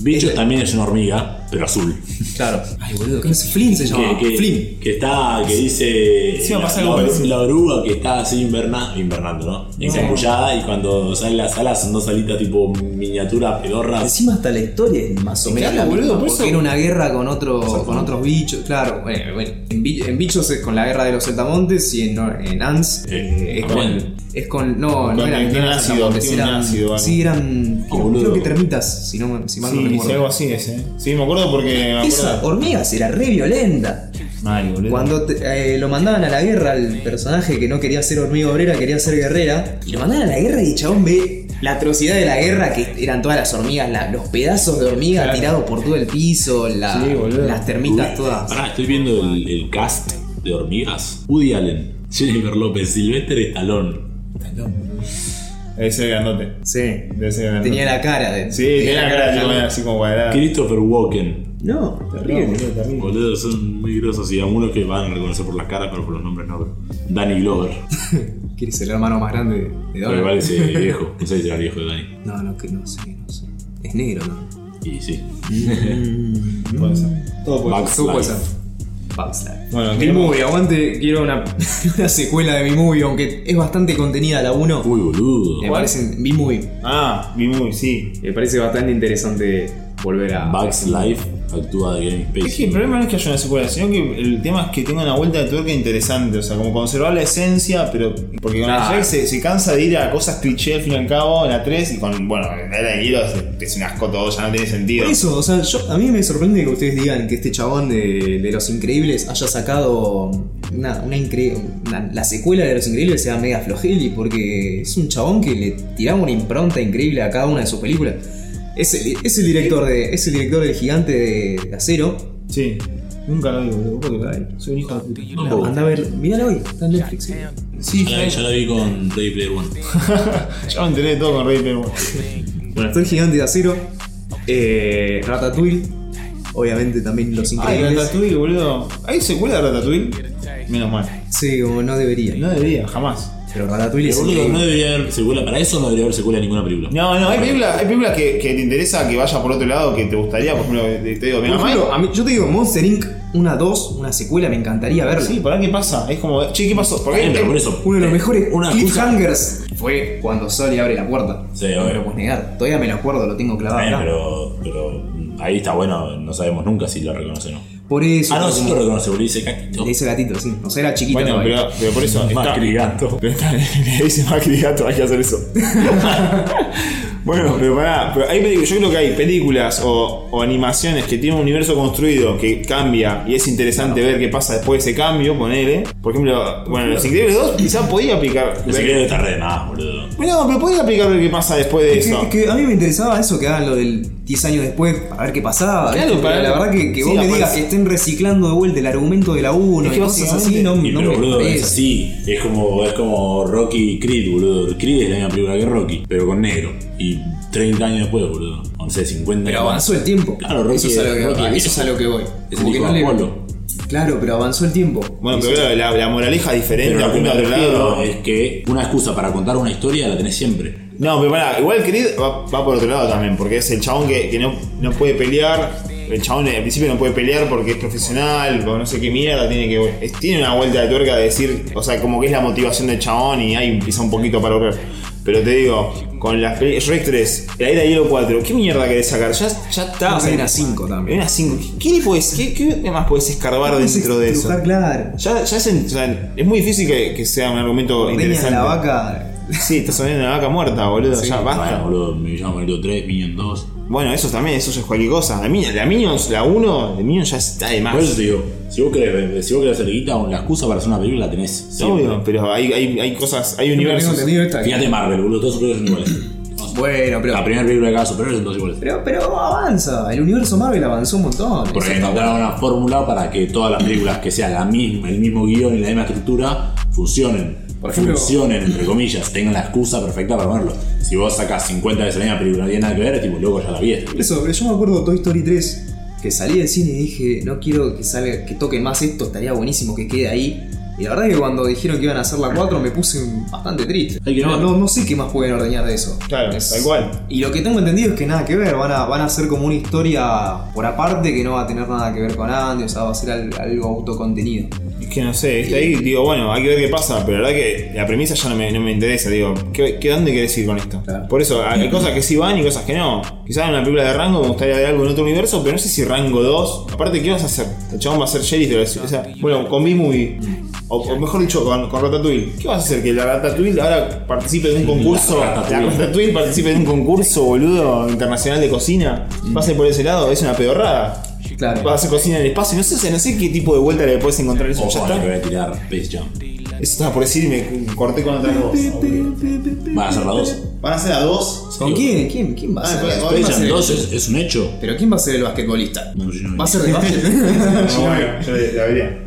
S3: Bichos
S2: es la-
S3: también es una hormiga, pero azul.
S2: Claro. Ay, boludo, ¿qué es? Flynn se
S3: Que,
S2: llama.
S3: que-
S2: Flynn.
S3: que está, que dice
S1: Sí, me
S3: la,
S1: pasa algo
S3: la-
S1: parecido.
S3: la oruga que está así inverna, invernando, ¿no? Encapullada y cuando salen las alas son dos alitas tipo miniatura pedorras.
S2: Encima hasta la historia es más o
S1: Claro,
S2: menos. la
S1: boludo,
S2: misma,
S1: por
S2: porque
S1: eso-
S2: era una guerra con, otro, con otros bichos. Claro, bueno, bueno. En, bi- en bichos es con la guerra de los Celtamontes y en, en Ants
S3: Sí,
S2: eh, es,
S3: también.
S2: con, es con. No,
S1: Con-
S2: no eran.
S1: tienen
S2: no eran
S1: ácido,
S2: Celtamontes,
S1: tienen
S2: eran-
S1: ácido, algo. Oh,
S2: Sí, eran.
S3: Ah,
S2: creo-
S3: boludo.
S2: creo que termitas, si, no, si mal no
S1: Sí, sí,
S2: recuerdo.
S1: algo así es, eh. Sí, me acuerdo porque me
S2: Esa
S1: acuerdo.
S2: hormigas era re violenta.
S1: Mal, boludo.
S2: Cuando te- eh, lo mandaban a la guerra al personaje que no quería ser hormiga obrera, quería ser guerrera, y lo mandaban a la guerra y el chabón ve la atrocidad de la guerra que eran todas las hormigas, la- los pedazos de hormiga
S1: Claro.
S2: tirados por todo el piso, la-
S1: Sí, boludo.
S2: las termitas
S3: Uy,
S2: todas.
S3: Pará, estoy viendo el, el cast de hormigas. Woody Allen, Jennifer López, Sylvester Stallone.
S1: Debe ser grandote.
S2: Sí.
S1: Debe ser grandote.
S2: Tenía la cara de.
S1: Sí, tenía la cara tipo, así como
S3: Ah.
S1: cuadrada.
S3: Christopher Walken.
S2: No,
S1: No,
S2: terrible.
S1: boludo, terrible.
S3: Boludo, son muy grosos y algunos que van a reconocer por la cara, pero por los nombres no. Danny Glover.
S2: ¿Quiere ser el hermano más grande de
S3: Porque
S2: Donald?
S3: parece
S1: *laughs*
S3: viejo. No sé si será viejo de Danny.
S2: No, no, que no sé, no sé. Es negro, ¿no?
S3: Y sí.
S1: Puede ser. Todo puede ser.
S3: Bugs
S2: Todo puede
S3: Life.
S2: ser. Bugs Life.
S1: Bueno,
S2: Mi
S1: queremos-
S2: movie, aguante, quiero una, *laughs* una secuela de mi movie, aunque es bastante contenida la 1.
S3: Uy, boludo.
S2: Me parece mi movie.
S1: Ah, vi muy, sí.
S2: Me parece bastante interesante volver a.
S3: Bugs Life actúa de Game Space.
S1: Es que el problema no es que haya una secuela, sino que el tema es que tenga una vuelta de tuerca interesante. O sea, como conservar la esencia, pero. Porque con
S2: Claro.
S1: el Jack se, se cansa de ir a cosas cliché al fin y al cabo, en la 3, y con. Bueno, en la era de hielo es- es un asco todo, ya no tiene sentido.
S2: Por eso, o sea, yo- a mí me sorprende que ustedes digan que este chabón de, de Los Increíbles haya sacado una, una incre- una- la secuela de Los Increíbles sea mega flojeli, porque es un chabón que le tiraba una impronta increíble a cada una de sus películas. Es el, es el director de es el director del gigante de, de acero.
S1: Sí. Nunca lo digo, boludo. ¿Por qué lo Soy un hijo de puta.
S3: Tampoco.
S2: Anda a ver, míralo hoy, está en Netflix.
S1: Sí,
S3: Ya la, ya la vi con Ready Player One.
S1: ya me enteré de todo con Rey Perú.
S2: Bueno, está el gigante de acero, eh, Ratatouille, obviamente también Los
S1: Ay,
S2: Increíbles.
S1: Ratatouille, boludo. ¿Hay secuela de Ratatouille? Menos mal.
S2: sí, como no debería.
S1: No debería, jamás.
S2: Pero Ratatouille es
S3: Pero, boludo,
S2: increíble.
S3: no debería haber secuela. Para eso no debería haber secuela de ninguna película.
S1: No, no, hay películas, hay películas que, que te interesa que vaya por otro lado, que te gustaría, por ejemplo, te te digo, Mega
S2: Por
S1: Man.
S2: ejemplo, a mí- yo te digo, Monster Inc. una 2, una secuela, me encantaría verla.
S1: Sí, ¿para qué pasa? Es como, che, ¿qué pasó? ¿Por
S3: Está
S1: qué?
S3: bien, pero por eso. Eh,
S2: Uno de los mejores
S3: Una excusa.
S2: cliffhangers fue cuando Soli abre la puerta.
S3: Sí,
S2: no me
S3: obvio.
S2: lo puedes negar. Todavía me lo acuerdo, lo tengo clavado.
S3: Está bien,
S2: acá.
S3: pero, pero ahí está bueno. No sabemos nunca si lo reconoce o no.
S2: Por eso.
S3: Ah, no,
S2: como-
S3: sí lo reconoce, porque dice Gatito.
S2: Le hice gatito, sí. O sea, era chiquito.
S1: Bueno,
S2: todavía.
S1: pero, pero por eso. está-
S3: Macri Gato.
S1: *laughs* Pero está, le dice Macri Gato, hay que hacer eso. bueno, pero pará, pero hay películas, yo creo que hay películas o, o animaciones que tienen un universo construido que cambia y es interesante ver qué pasa después de ese cambio, ponele. Por ejemplo, bueno, Los Increíbles 2 quizá podía aplicar.
S3: Ni siquiera está re de más, boludo.
S1: Bueno, pero podía aplicar ver qué pasa después de
S2: Es que,
S1: eso.
S2: es que a mí me interesaba eso que hagan lo del 10 años después, para ver qué pasaba.
S1: Claro,
S2: ¿viste?
S1: para-
S2: la verdad que,
S1: sí,
S2: que vos me
S1: aparece-
S2: digas que estén reciclando de vuelta el argumento de la 1
S1: Es que
S2: y cosas así,
S1: básicamente-
S2: no,
S3: Y
S2: no
S3: pero
S2: me
S3: boludo, es
S2: interesa.
S3: así. Es como, es como Rocky y Creed, boludo. Creed es la misma película que Rocky, pero con negro. Y 30 años después, boludo. No sé, 50
S2: Pero
S3: años.
S2: avanzó el tiempo.
S3: Claro, Rocky
S2: eso es a lo que,
S3: Rocky
S2: eso es a lo que voy.
S3: Es
S2: Como
S3: el
S2: que
S3: hijo
S2: no
S3: de
S2: le-
S3: Apolo.
S2: Claro, pero avanzó el tiempo.
S1: Bueno, pero claro, la, la moraleja diferente
S3: Pero lo que
S1: apunta
S3: me
S1: a otro lado.
S3: refiero es que una excusa para contar una historia la tenés siempre.
S1: No, pero pará, igual Creed va, va por otro lado también, porque es el chabón que, que no, no puede pelear. El chabón al principio no puede pelear porque es profesional o no sé qué mierda, tiene que. es- tiene una vuelta de tuerca de decir, o sea, como que es la motivación del chabón y hay quizá un poquito para correr. Pero te digo, con las peli- Shrek 3, la era de hielo 4, ¿qué mierda querés sacar? Ya, ya está.
S2: Ah,
S1: o sea,
S2: hay una 5
S1: hay
S2: también.
S1: una cinco. ¿Qué, qué le podés- qué- qué más podés escarbar dentro de eso?
S2: Dibujar, claro.
S1: Ya, ya es, en- o sea, es muy difícil que, que sea un argumento
S2: Ordeñas a
S1: interesante.
S2: la vaca.
S1: Sí, estás soniendo una vaca muerta, boludo. ya basta.
S3: Bueno, boludo, me llamo Manito 3, Minion 2.
S1: Bueno, eso también, eso ya es cualquier cosa. La, Minions, la Minions, la 1, de Minions ya está de más.
S3: Por eso te digo, si vos querés, si vos querés hacer guita, la excusa para hacer una película la tenés siempre.
S1: Obvio, pero hay, hay, hay cosas, hay universos.
S3: Fíjate Marvel, boludo, todos sus películas son iguales.
S2: Bueno,
S3: La
S2: pero,
S3: primera película de cada superhéroe son todos iguales.
S2: pero. Pero avanza. El universo Marvel avanzó un montón.
S3: Porque
S2: Eso está
S3: encontraron una fórmula para que todas las películas que sean la misma, el mismo guión y la misma estructura funcionen.
S2: Por ejemplo-
S3: funcionen, entre comillas, tengan la excusa perfecta para verlo. Si vos sacás 50 veces la misma película, no tiene nada que ver, es tipo, loco, ya la vi.
S2: Por Eso, pero yo me acuerdo Toy Story 3, que salí del cine y dije, no quiero que salga, que toquen más esto, estaría buenísimo que quede ahí. Y la verdad que cuando dijeron que iban a hacer la 4 me puse bastante triste.
S3: Hay que
S2: no,
S3: ver.
S2: no, no sé qué más pueden ordeñar de eso.
S1: Claro, tal cual.
S2: Y lo que tengo entendido es que nada que ver, van a, van a ser como una historia por aparte que no va a tener nada que ver con Andy, o sea, va a ser al- algo autocontenido.
S1: Es que no sé, está ahí, digo, bueno, hay que ver qué pasa, pero la verdad que la premisa ya no me, no me interesa, digo, ¿qué, qué- dónde querés ir con esto?
S2: Claro.
S1: Por eso, hay cosas que sí van y cosas que no. Quizás en una película de Rango me gustaría ver algo en otro universo, pero no sé si Rango 2. Aparte, ¿qué vas a hacer? El chabón va a ser sheriff de la ciudad. o sea, bueno, con B-Movie. O, o mejor dicho, con, con Ratatouille. ¿Qué vas a hacer? ¿Que la Ratatouille ahora participe de un concurso?
S3: La
S1: La
S3: Ratatouille.
S1: Ratatouille participe de un concurso, boludo, internacional de cocina. Pase por ese lado, es una pedorrada.
S2: Claro.
S1: Vas a hacer cocina en el espacio. No sé, o sea, no sé qué tipo de vuelta le puedes encontrar a eso. ya
S3: Ojo,
S1: está.
S3: que voy a tirar Space Jam.
S1: Eso estaba por decir y me corté con otra cosa. boludo.
S3: ¿Van a ser la 2?
S1: ¿Van a ser a dos?
S2: ¿Con quién? ¿Quién, quién va a
S1: Ah,
S2: ser?
S1: pues,
S2: ¿Quién va a
S3: Space
S2: ser
S3: Jam
S2: el-
S3: 2 es, es un hecho.
S2: Pero ¿quién va a ser el basquetbolista?
S3: No, yo no
S2: ¿Va a
S3: vi.
S2: ser de
S1: *laughs*
S2: básquet?
S1: No, bueno, yo la vería.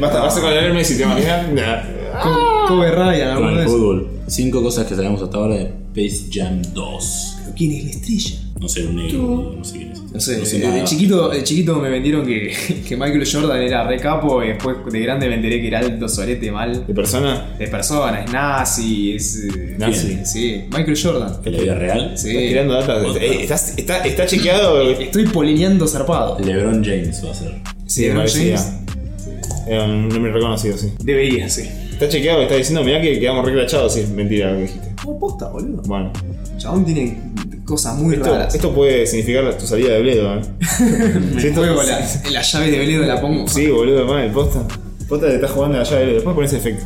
S1: Basta, vas a con el Messi, ¿te imaginas? Nah.
S2: Co- Kobe Ryan,
S3: Con
S2: alguno de
S3: el
S2: esos.
S3: fútbol. Cinco cosas que sabemos hasta ahora de Space Jam 2.
S2: ¿Pero ¿Quién es la estrella?
S3: No sé, un negro, boludo, no sé quién es.
S2: No sé, eh,
S3: nada.
S2: de, chiquito, de chiquito me vendieron que, que *laughs* Michael Jordan era re capo y después de grande me enteré que era alto sorete mal
S1: ¿De persona?
S2: de persona, es nazi, es... eh,
S1: Nazi.
S2: bien, Sí, Michael Jordan.
S3: ¿En la vida real?
S1: Estás
S2: Sí.
S1: tirando datas.
S3: Otra.
S1: Eh, estás- está, está chequeado.
S2: Estoy polineando zarpado.
S3: LeBron James va a ser.
S2: Sí,
S1: me
S2: LeBron
S1: parecía.
S2: James.
S1: Era Eh, un nombre reconocido, sí.
S2: Debería, sí.
S1: Está chequeado que estás diciendo, mirá que quedamos reclachados, sí. Mentira lo que dijiste.
S2: ¿Cómo posta, boludo?
S1: Bueno.
S2: Chabón tiene cosas muy
S1: Esto,
S2: raras.
S1: esto puede significar tu salida de Bledo, ¿eh?
S2: Me
S1: Sí, esto-
S2: juego la, la llave de Beledo la pongo.
S1: Sí, boludo, mal, posta. Posta te estás jugando la llave de Bledo. Después pones efecto.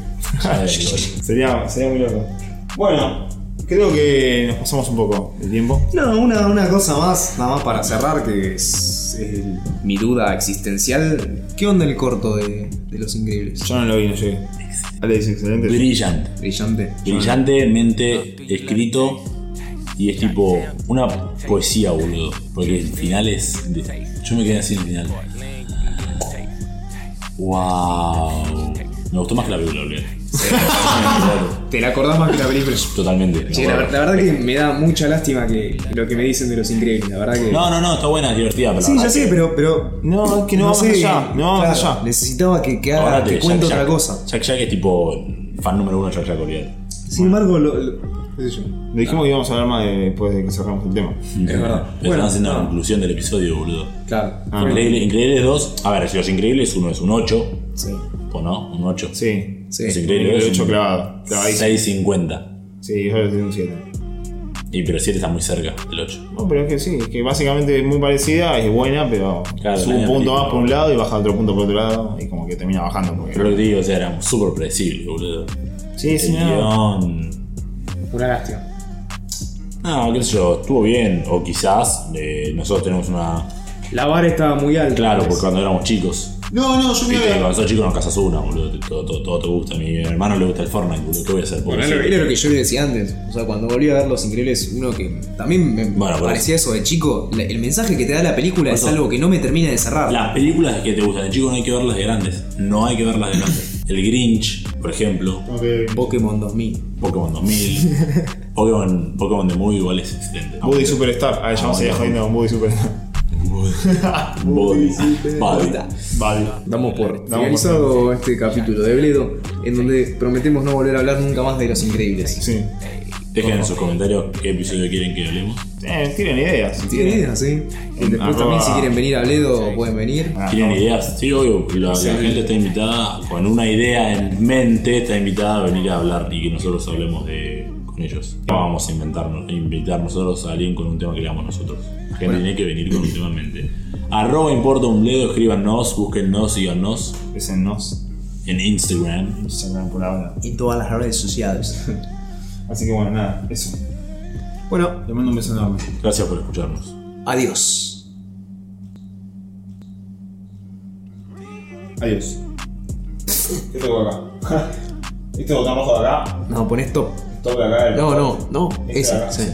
S1: *laughs* sería, sería muy loco. Bueno, creo que nos pasamos un poco el tiempo.
S2: No, una, una cosa más, nada más para cerrar, que es, es el- mi duda existencial. ¿Qué onda el corto de, de Los Increíbles?
S1: Yo no lo vi, no llegué. Ale dice excelente.
S3: Brillante.
S2: Brillante.
S3: brillantemente escrito y es tipo una poesía, boludo. Porque el final es. de- Yo me quedé así en el final. ¡Wow! Me gustó más que la película, boludo.
S2: Te la acordás más que la
S3: *laughs*
S2: película.
S3: Totalmente.
S2: Che, la, la verdad que me da mucha lástima que lo que me dicen de Los Increíbles, la verdad que...
S3: No, ah, no, no, está buena, es divertida, pero. la
S2: Sí,
S3: verdad
S2: ya sé, pero... pero
S1: No, es que no, vamos allá, no vamos allá.
S2: Necesitaba que, que, haga-
S3: Ahora
S2: que cuente otra cosa.
S3: Jack Jack es tipo fan número uno de Jack Jack olvidate.
S2: Sin embargo, lo... lo- qué sé yo.
S1: Le dijimos que íbamos a hablar más de- después de que cerramos el tema.
S2: Es verdad.
S3: Pero
S2: Bueno,
S3: están haciendo
S2: no.
S3: la conclusión del episodio, boludo.
S2: Claro.
S3: Increíble- Increíbles 2. A ver, si los increíbles, uno es un 8.
S2: Sí.
S3: ¿O no? Un 8.
S1: Sí.
S2: Sí.
S3: Los
S1: Lo
S3: increíbles
S1: he
S3: 2.
S1: hecho clavado. Clavadísimo.
S3: 6.50.
S1: Sí, yo le doy un 7.
S3: Y pero 7 está muy cerca del 8.
S1: No, pero es que sí, es que básicamente es muy parecida, es buena, pero
S3: Claro,
S1: sube
S3: la
S1: un
S3: misma
S1: punto
S3: película.
S1: más por un lado y baja otro punto por otro lado y como que termina bajando. Porque...
S3: Pero lo que te digo, o sea, era súper predecible, boludo.
S1: sí,
S3: El
S1: sí, no.
S3: guión.
S2: Una lástima.
S3: No, qué sé yo, estuvo bien. O quizás eh, nosotros tenemos una.
S2: La vara estaba muy alta.
S3: Claro, porque cuando éramos chicos.
S1: No, no, yo
S3: Viste,
S1: creo
S3: cuando sos chico no casas una, boludo. te- Todo, todo, todo te gusta. A mi hermano le gusta el Fortnite, boludo. ¿Qué voy a hacer?
S2: Bueno, era lo- era lo que yo le decía antes. O sea, cuando volví a ver Los Increíbles, uno que también me
S3: Bueno, por
S2: parecía eso de chico, la- el mensaje que te da la película es
S3: Por eso.
S2: algo que no me termina de cerrar.
S3: Las películas que te gustan de chicos no hay que verlas de grandes. No hay que verlas de grandes. El Grinch, por ejemplo.
S1: que...
S2: Pokémon 2000.
S3: Pokémon 2000. Pokémon, Pokémon de Movie igual es excelente.
S1: Buddy Superstar, ah, ya me
S3: Ah,
S1: seguía
S3: bueno.
S1: jodiendo con Buddy Superstar. *laughs*
S3: Body. Body.
S1: Vale.
S2: Damos por
S1: por
S2: finalizado este capítulo de Bledo, en donde prometemos no volver a hablar nunca más de Los Increíbles.
S1: Sí.
S3: Dejen en sus comentarios qué episodio quieren que hablemos.
S1: Eh, tienen ideas. si
S2: ¿Tienen ideas, sí? Y después
S1: Arroba-
S2: también si quieren venir a Bledo, pueden venir.
S1: Ah,
S3: ¿Tienen
S1: no.
S3: ideas? Sí, obvio. La, la gente está invitada, con una idea en mente, está invitada a venir a hablar y que nosotros hablemos de, con ellos. No vamos a inventarnos, invitar nosotros a alguien con un tema que leamos nosotros. La gente tiene que venir con un tema en mente. Arroba importa un bledo, escríbanos, búsquennos, síganos
S1: Pésennos.
S3: en Instagram.
S1: Instagram por ahora.
S2: Y todas las redes sociales.
S1: Así que bueno, nada, eso.
S2: Bueno,
S1: Le mando un beso enorme.
S3: Gracias por escucharnos.
S2: adiós.
S1: Adiós. ¿Qué tengo acá? ¿Viste el botón rojo de acá?
S2: No, pon esto. eh.
S1: Toca acá el.
S2: No, no, no.
S1: Este
S2: Ese,
S1: acá.
S2: sí.